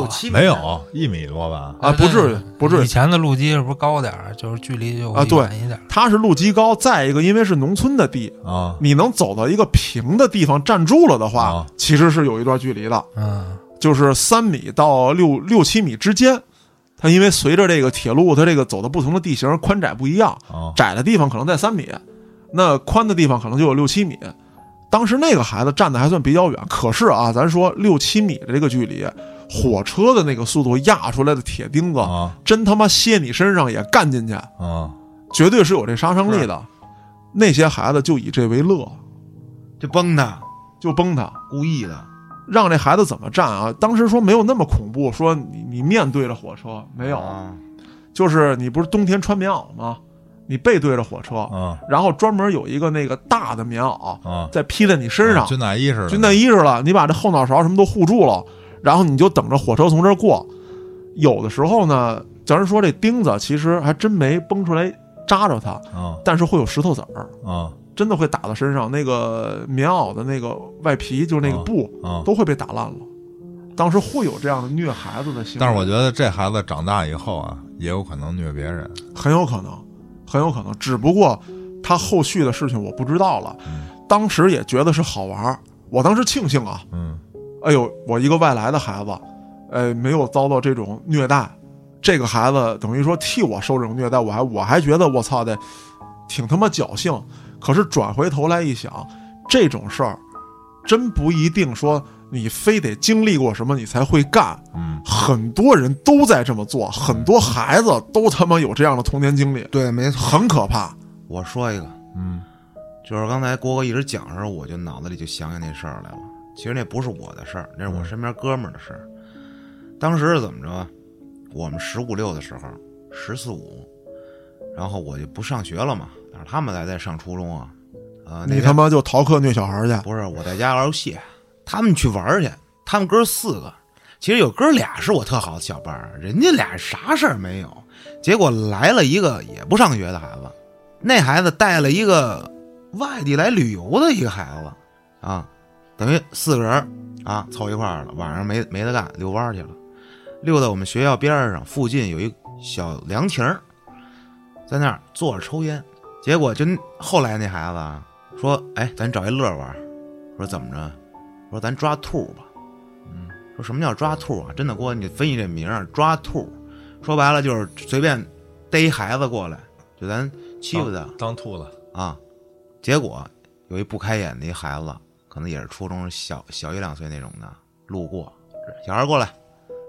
Speaker 3: 哇
Speaker 4: 七米
Speaker 2: 没有一米多吧？
Speaker 1: 啊，不
Speaker 2: 哎
Speaker 1: 至于，不至
Speaker 3: 以
Speaker 1: 于。
Speaker 3: 前的路基是不是高点儿，就是距离就
Speaker 1: 啊对
Speaker 3: 远一点儿。
Speaker 1: 它是路基高，再一个，因为是农村的地，
Speaker 2: 啊
Speaker 1: 你能走到一个平的地方站住了的话，
Speaker 2: 啊
Speaker 1: 其实是有一段距离的，
Speaker 3: 嗯，
Speaker 1: 就是三米到六六七米之间。它因为随着这个铁路，它这个走的不同的地形宽窄不一样，
Speaker 2: 啊
Speaker 1: 窄的地方可能在三米，那宽的地方可能就有六七米。当时那个孩子站的还算比较远，可是啊，咱说六七米的这个距离，火车的那个速度压出来的铁钉子，
Speaker 2: 啊
Speaker 1: 真他妈歇你身上也干进去，
Speaker 2: 啊！
Speaker 1: 绝对是有这杀伤力的。那些孩子就以这为乐，
Speaker 4: 就崩他，
Speaker 1: 就崩他，
Speaker 4: 故意的。
Speaker 1: 让这孩子怎么站啊？当时说没有那么恐怖，说你你面对着火车没有，
Speaker 4: 啊
Speaker 1: 就是你不是冬天穿棉袄吗？你背对着火车，
Speaker 2: 啊
Speaker 1: 然后专门有一个那个大的棉袄，
Speaker 2: 啊！
Speaker 1: 再披在你身上，
Speaker 2: 军大衣似的，
Speaker 1: 军大衣似的，你把这后脑勺什么都护住了，然后你就等着火车从这儿过。有的时候呢，叫人说这钉子其实还真没崩出来扎着它，
Speaker 2: 啊
Speaker 1: 但是会有石头子儿，
Speaker 2: 啊
Speaker 1: 真的会打到身上。那个棉袄的那个外皮，就是那个布，
Speaker 2: 啊！
Speaker 1: 都会被打烂了。当时会有这样的虐孩子的行为，
Speaker 2: 但是我觉得这孩子长大以后啊，也有可能虐别人。
Speaker 1: 很有可能，很有可能，只不过他后续的事情我不知道了。
Speaker 2: 嗯
Speaker 1: 当时也觉得是好玩儿，我当时庆幸啊，
Speaker 2: 嗯
Speaker 1: 哎呦，我一个外来的孩子，哎，没有遭到这种虐待，这个孩子等于说替我受这种虐待，我还我还觉得我操的挺他妈侥幸。可是转回头来一想，这种事儿真不一定说你非得经历过什么你才会干，
Speaker 2: 嗯，
Speaker 1: 很多人都在这么做，很多孩子都他妈有这样的童年经历，
Speaker 4: 对，没错。
Speaker 1: 很可怕。
Speaker 4: 我说一个，
Speaker 2: 嗯，
Speaker 4: 就是刚才郭哥一直讲的时候，我就脑子里就想起那事儿来了。其实那不是我的事儿，那是我身边哥们儿的事儿。当时是怎么着？啊我们十五六的时候，十四五，然后我就不上学了嘛，但是他们还在上初中啊。呃，那
Speaker 1: 你
Speaker 4: 天
Speaker 1: 他妈就逃课虐小孩去，
Speaker 4: 不是我在家玩游戏，他们去玩儿去，他们哥四个，其实有哥俩是我特好的小伴儿，人家俩啥事儿没有，结果来了一个也不上学的孩子，那孩子带了一个外地来旅游的一个孩子啊，等于四个人儿啊凑一块儿了，晚上没没得干，遛弯儿去了，溜到我们学校边儿上附近有一小凉亭儿，在那儿坐着抽烟，结果就后来那孩子啊说，哎，咱找一乐玩儿，说怎么着？说咱抓兔吧。嗯，说什么叫抓兔啊？真的，郭，你分析这名儿，抓兔，说白了就是随便逮一孩子过来，就咱欺负他。
Speaker 2: 当兔子，
Speaker 4: 啊，结果有一不开眼的一孩子，可能也是初中小小一两岁那种的，路过，小孩过来，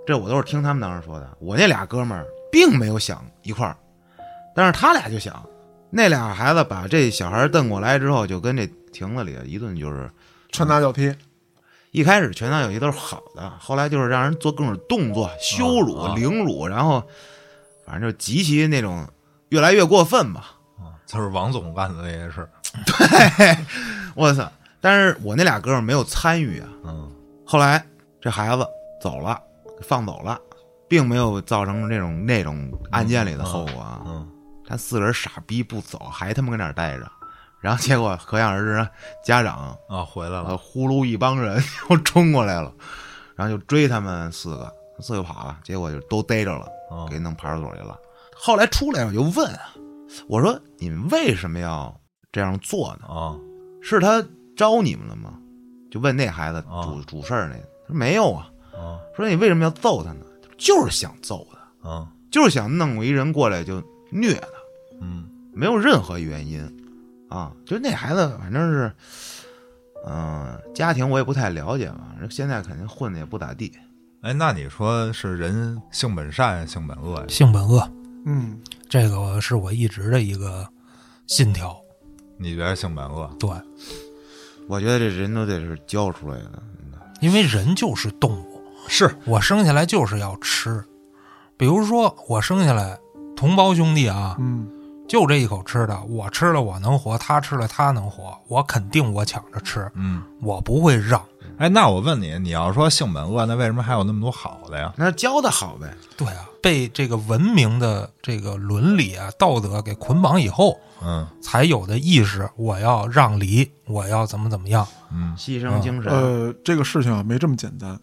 Speaker 4: 这我都是听他们当时说的。我那俩哥们儿并没有想一块儿，但是他俩就想，那俩孩子把这小孩瞪过来之后，就跟这亭子里一顿就是，
Speaker 1: 拳打脚踢，
Speaker 4: 一开始拳打脚踢都是好的，后来就是让人做各种动作、羞辱、
Speaker 2: 啊
Speaker 4: 凌辱，然后反正就极其那种越来越过分吧。
Speaker 2: 就是王总干的那些事儿，
Speaker 4: 我操！但是我那俩哥们儿没有参与啊。
Speaker 2: 嗯
Speaker 4: 后来这孩子走了，给放走了，并没有造成这种那种案件里的后果啊。
Speaker 2: 嗯，
Speaker 4: 他四个人傻逼不走，还他妈跟那儿待着，然后结果可想而知，家长
Speaker 2: 啊，回来
Speaker 4: 呃
Speaker 2: 了，
Speaker 4: 呼噜一帮人又冲过来了，然后就追他们四个，四个跑了，结果就都逮着了，
Speaker 2: 啊
Speaker 4: 给弄派出所去了。
Speaker 2: 嗯
Speaker 4: 后来出来我就问啊，我说你们为什么要这样做呢？
Speaker 2: 啊，
Speaker 4: 是他招你们了吗？就问那孩子
Speaker 2: 啊
Speaker 4: 主主事儿那个，他说没有啊。
Speaker 2: 啊
Speaker 4: 说你为什么要揍他呢？就是想揍他，
Speaker 2: 啊，
Speaker 4: 就是想弄我一人过来就虐他，
Speaker 2: 嗯
Speaker 4: 没有任何原因啊。就那孩子，反正是，嗯、家庭我也不太了解嘛，现在肯定混的也不咋地。
Speaker 2: 哎，那你说是人性本善，性本恶呀？
Speaker 3: 性本恶，
Speaker 1: 嗯，
Speaker 3: 这个是我一直的一个信条。
Speaker 2: 你觉得性本恶？
Speaker 3: 对，
Speaker 4: 我觉得这人都得是教出来的，
Speaker 3: 因为人就是动物，
Speaker 2: 是，
Speaker 3: 我生下来就是要吃。比如说，我生下来，同胞兄弟啊，
Speaker 1: 嗯，
Speaker 3: 就这一口吃的，我吃了我能活，他吃了他能活，我肯定我抢着吃，
Speaker 2: 嗯，
Speaker 3: 我不会让。
Speaker 2: 哎，那我问你，你要说性本恶，那为什么还有那么多好的呀？
Speaker 4: 那教的好呗。
Speaker 3: 对啊，被这个文明的这个伦理啊、道德给捆绑以后，
Speaker 2: 嗯
Speaker 3: 才有的意识，我要让梨，我要怎么怎么样。
Speaker 2: 嗯，
Speaker 4: 牺牲精神，
Speaker 1: 呃，这个事情啊没这么简单。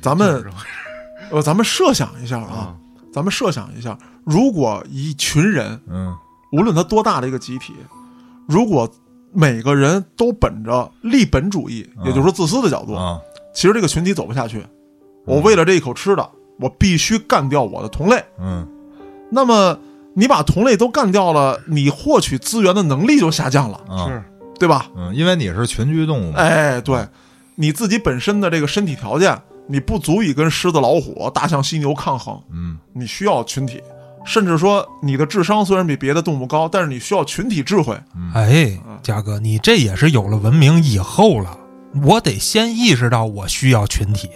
Speaker 1: 咱们呃，咱们设想一下啊
Speaker 4: 啊，，
Speaker 1: 咱们设想一下，如果一群人，
Speaker 2: 嗯
Speaker 1: 无论他多大的一个集体，如果每个人都本着利本主义，
Speaker 2: 啊
Speaker 1: 也就是说自私的角度，
Speaker 2: 啊嗯
Speaker 1: 其实这个群体走不下去。我为了这一口吃的，我必须干掉我的同类。
Speaker 2: 嗯
Speaker 1: 那么你把同类都干掉了，你获取资源的能力就下降了，
Speaker 2: 啊，
Speaker 4: 是
Speaker 1: 对吧？
Speaker 2: 嗯，因为你是群居动物嘛，
Speaker 1: 哎，对，你自己本身的这个身体条件，你不足以跟狮子、老虎、大象、犀牛抗衡，
Speaker 2: 嗯
Speaker 1: 你需要群体，甚至说你的智商虽然比别的动物高，但是你需要群体智慧。
Speaker 4: 嗯
Speaker 3: 哎，嘉哥，你这也是有了文明以后了，我得先意识到我需要群体，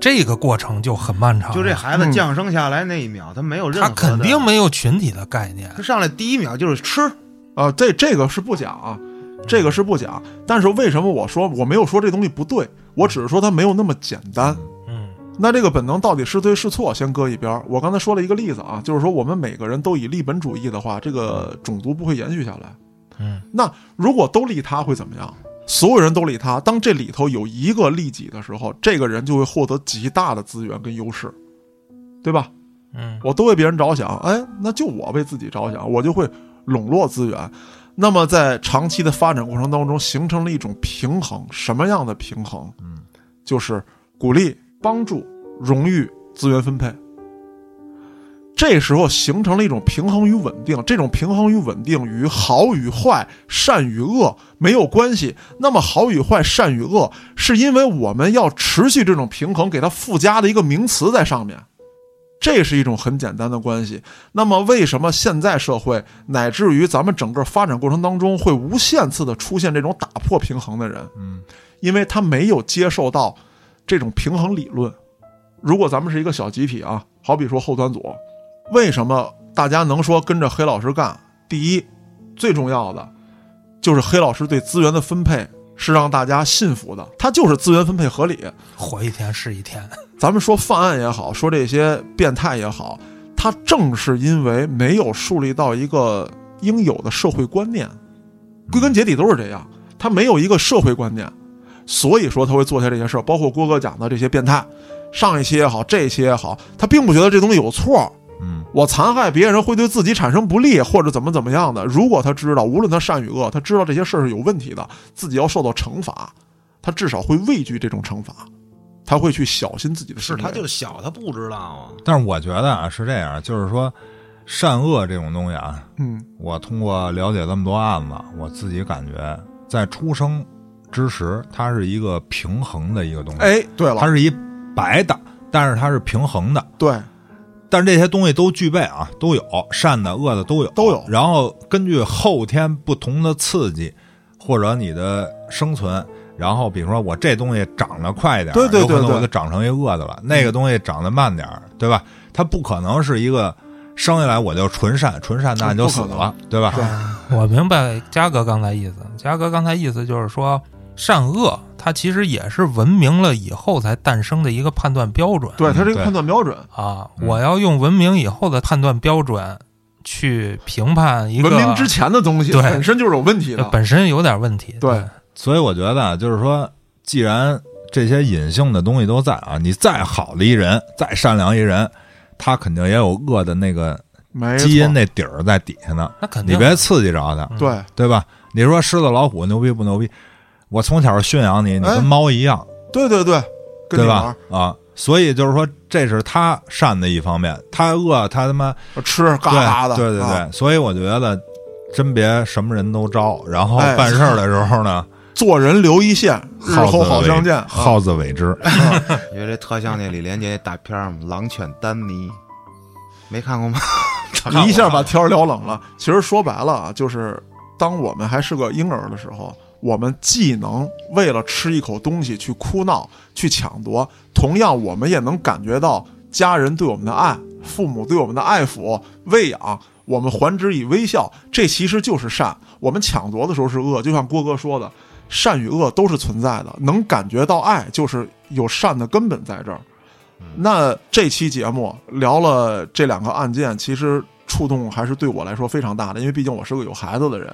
Speaker 3: 这个过程就很漫长。
Speaker 4: 就这，孩子
Speaker 1: 嗯
Speaker 4: 降生下来那一秒，他没有任
Speaker 3: 啊他
Speaker 4: 何的，
Speaker 3: 肯定，没有群体的概念
Speaker 4: 他。上来第一秒就是吃，
Speaker 1: 啊，这这个是不假啊，这个是不假。但是为什么我说我没有说这东西不对，我只是说它没有那么简单。
Speaker 3: 嗯，
Speaker 1: 那这个本能到底是对是错，先搁一边儿。我刚才说了一个例子啊，就是说我们每个人都以利本主义的话，这个种族不会延续下来。
Speaker 3: 嗯，
Speaker 1: 那如果都利他会怎么样？所有人都利他，当这里头有一个利己的时候，这个人就会获得极大的资源跟优势，对吧？
Speaker 3: 嗯，
Speaker 1: 我都为别人着想，哎，那就我为自己着想，我就会笼络资源。那么在长期的发展过程当中，形成了一种平衡，什么样的平衡？
Speaker 2: 嗯，
Speaker 1: 就是鼓励、帮助、荣誉资源分配。这时候形成了一种平衡与稳定，这种平衡与稳定与好与坏、善与恶没有关系。那么好与坏、善与恶，是因为我们要持续这种平衡，给它附加的一个名词在上面。这是一种很简单的关系。那么，为什么现在社会乃至于咱们整个发展过程当中，会无限次的出现这种打破平衡的人？
Speaker 2: 嗯，
Speaker 1: 因为他没有接受到这种平衡理论。如果咱们是一个小集体啊，好比说后端组，为什么大家能说跟着黑老师干？第一，最重要的就是黑老师对资源的分配是让大家信服的，他就是资源分配合理。
Speaker 3: 活一天是一天。
Speaker 1: 咱们说犯案也好，说这些变态也好，他正是因为没有树立到一个应有的社会观念，归根结底都是这样，他没有一个社会观念，所以说他会做下这些事儿。包括郭哥讲的这些变态，上一期也好，这一期也好，他并不觉得这东西有错。
Speaker 2: 嗯，
Speaker 1: 我残害别人会对自己产生不利，或者怎么怎么样的。如果他知道，无论他善与恶，他知道这些事儿是有问题的，自己要受到惩罚，他至少会畏惧这种惩罚，他会去小心自己的
Speaker 4: 是
Speaker 1: 行为。
Speaker 4: 他就是小，他不知道啊。
Speaker 2: 但是我觉得啊是这样，就是说善恶这种东西啊，
Speaker 1: 嗯
Speaker 2: 我通过了解这么多案子，我自己感觉在出生之时，它是一个平衡的一个东，西，
Speaker 1: 哎，对了，
Speaker 2: 它是一白的，但是它是平衡的，
Speaker 1: 对，
Speaker 2: 但是这些东西都具备啊，都有善的、恶的都有，
Speaker 1: 都有
Speaker 2: 然后根据后天不同的刺激，或者你的生存，然后比如说我这东西长得快一点，
Speaker 1: 对对对
Speaker 2: 有可能
Speaker 1: 对嗯
Speaker 2: 我就长成一恶的了；那个东西长得慢点儿，对吧？它不可能是一个生下来我就纯善，纯善那你就死
Speaker 1: 不可
Speaker 2: 了，对吧？
Speaker 4: 啊
Speaker 3: 我明白嘉哥刚才意思，嘉哥刚才意思就是说，善恶它其实也是文明了以后才诞生的一个判断标准。
Speaker 1: 对，他这
Speaker 2: 嗯
Speaker 1: 个
Speaker 2: 对
Speaker 1: 判断标准，
Speaker 3: 啊，
Speaker 2: 嗯
Speaker 3: 我要用文明以后的判断标准去评判一个
Speaker 1: 文明之前的东西
Speaker 3: 对
Speaker 1: 本身就是有问题
Speaker 2: 呃
Speaker 1: 的。
Speaker 3: 本身有点问题。
Speaker 1: 对，
Speaker 2: 所以我觉得啊，就是说，既然这些隐性的东西都在啊，你再好的一人，再善良一人，他肯定也有恶的那个
Speaker 1: 没错
Speaker 2: 基因那底儿在底下呢。
Speaker 3: 那肯定
Speaker 2: 你别刺激着他，
Speaker 3: 嗯
Speaker 1: 对，
Speaker 2: 对吧？你说狮子老虎牛逼不牛逼？我从小驯养你，你
Speaker 1: 哎
Speaker 2: 跟猫一样，
Speaker 1: 对对对，跟
Speaker 2: 对
Speaker 1: 你玩
Speaker 2: 吧？啊，所以就是说，这是他善的一方面，他恶，他他妈
Speaker 1: 儿吃嘎嘎的，
Speaker 2: 对对对对、
Speaker 1: 啊
Speaker 2: 所以我觉得真别什么人都招，然后
Speaker 1: 哎
Speaker 2: 办事儿的时候呢，
Speaker 1: 做人留一线，日
Speaker 2: 好
Speaker 1: 后好相见。啊
Speaker 2: 好自为之。
Speaker 4: 因为这特像那李连杰那大片儿嘛《狼犬丹尼》，没看过吗？
Speaker 1: 你一下把天儿聊冷了。其实说白了啊，就是当我们还是个婴儿的时候，我们既能为了吃一口东西去哭闹、去抢夺，同样我们也能感觉到家人对我们的爱、父母对我们的爱抚、喂养。我们还之以微笑，这其实就是善。我们抢夺的时候是恶，就像郭哥说的，善与恶都是存在的。能感觉到爱，就是有善的根本在这儿。那这期节目聊了这两个案件，其实触动还是对我来说非常大的，因为毕竟我是个有孩子的人。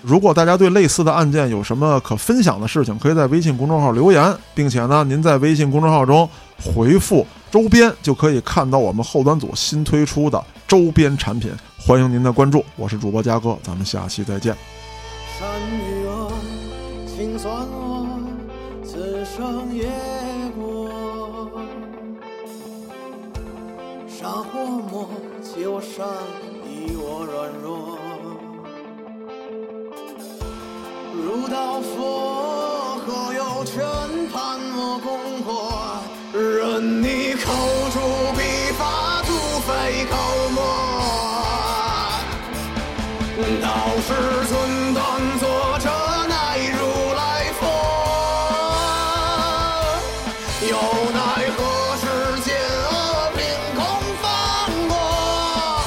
Speaker 1: 如果大家对类似的案件有什么可分享的事情，可以在微信公众号留言，并且呢，您在微信公众号中回复“周边”，就可以看到我们后端组新推出的周边产品。欢迎您的关注，我是主播嘉哥，咱们下期再见。
Speaker 5: 山啊与恶，情算恶，此生也过。杀或魔，欺我善，敌我软弱。如道佛，何有全盘我功过？任你口诛笔伐，土匪口沫。道是存当作者乃如来佛，又奈何世间恶凭空放过，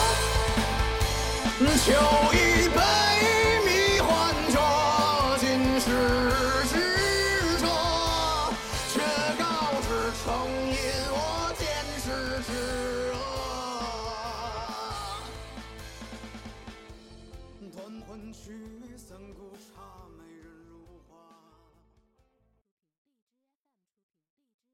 Speaker 5: 求一杯迷幻浊，尽是执着，却告知成因我见识之恶。断魂曲，三顾茶梅。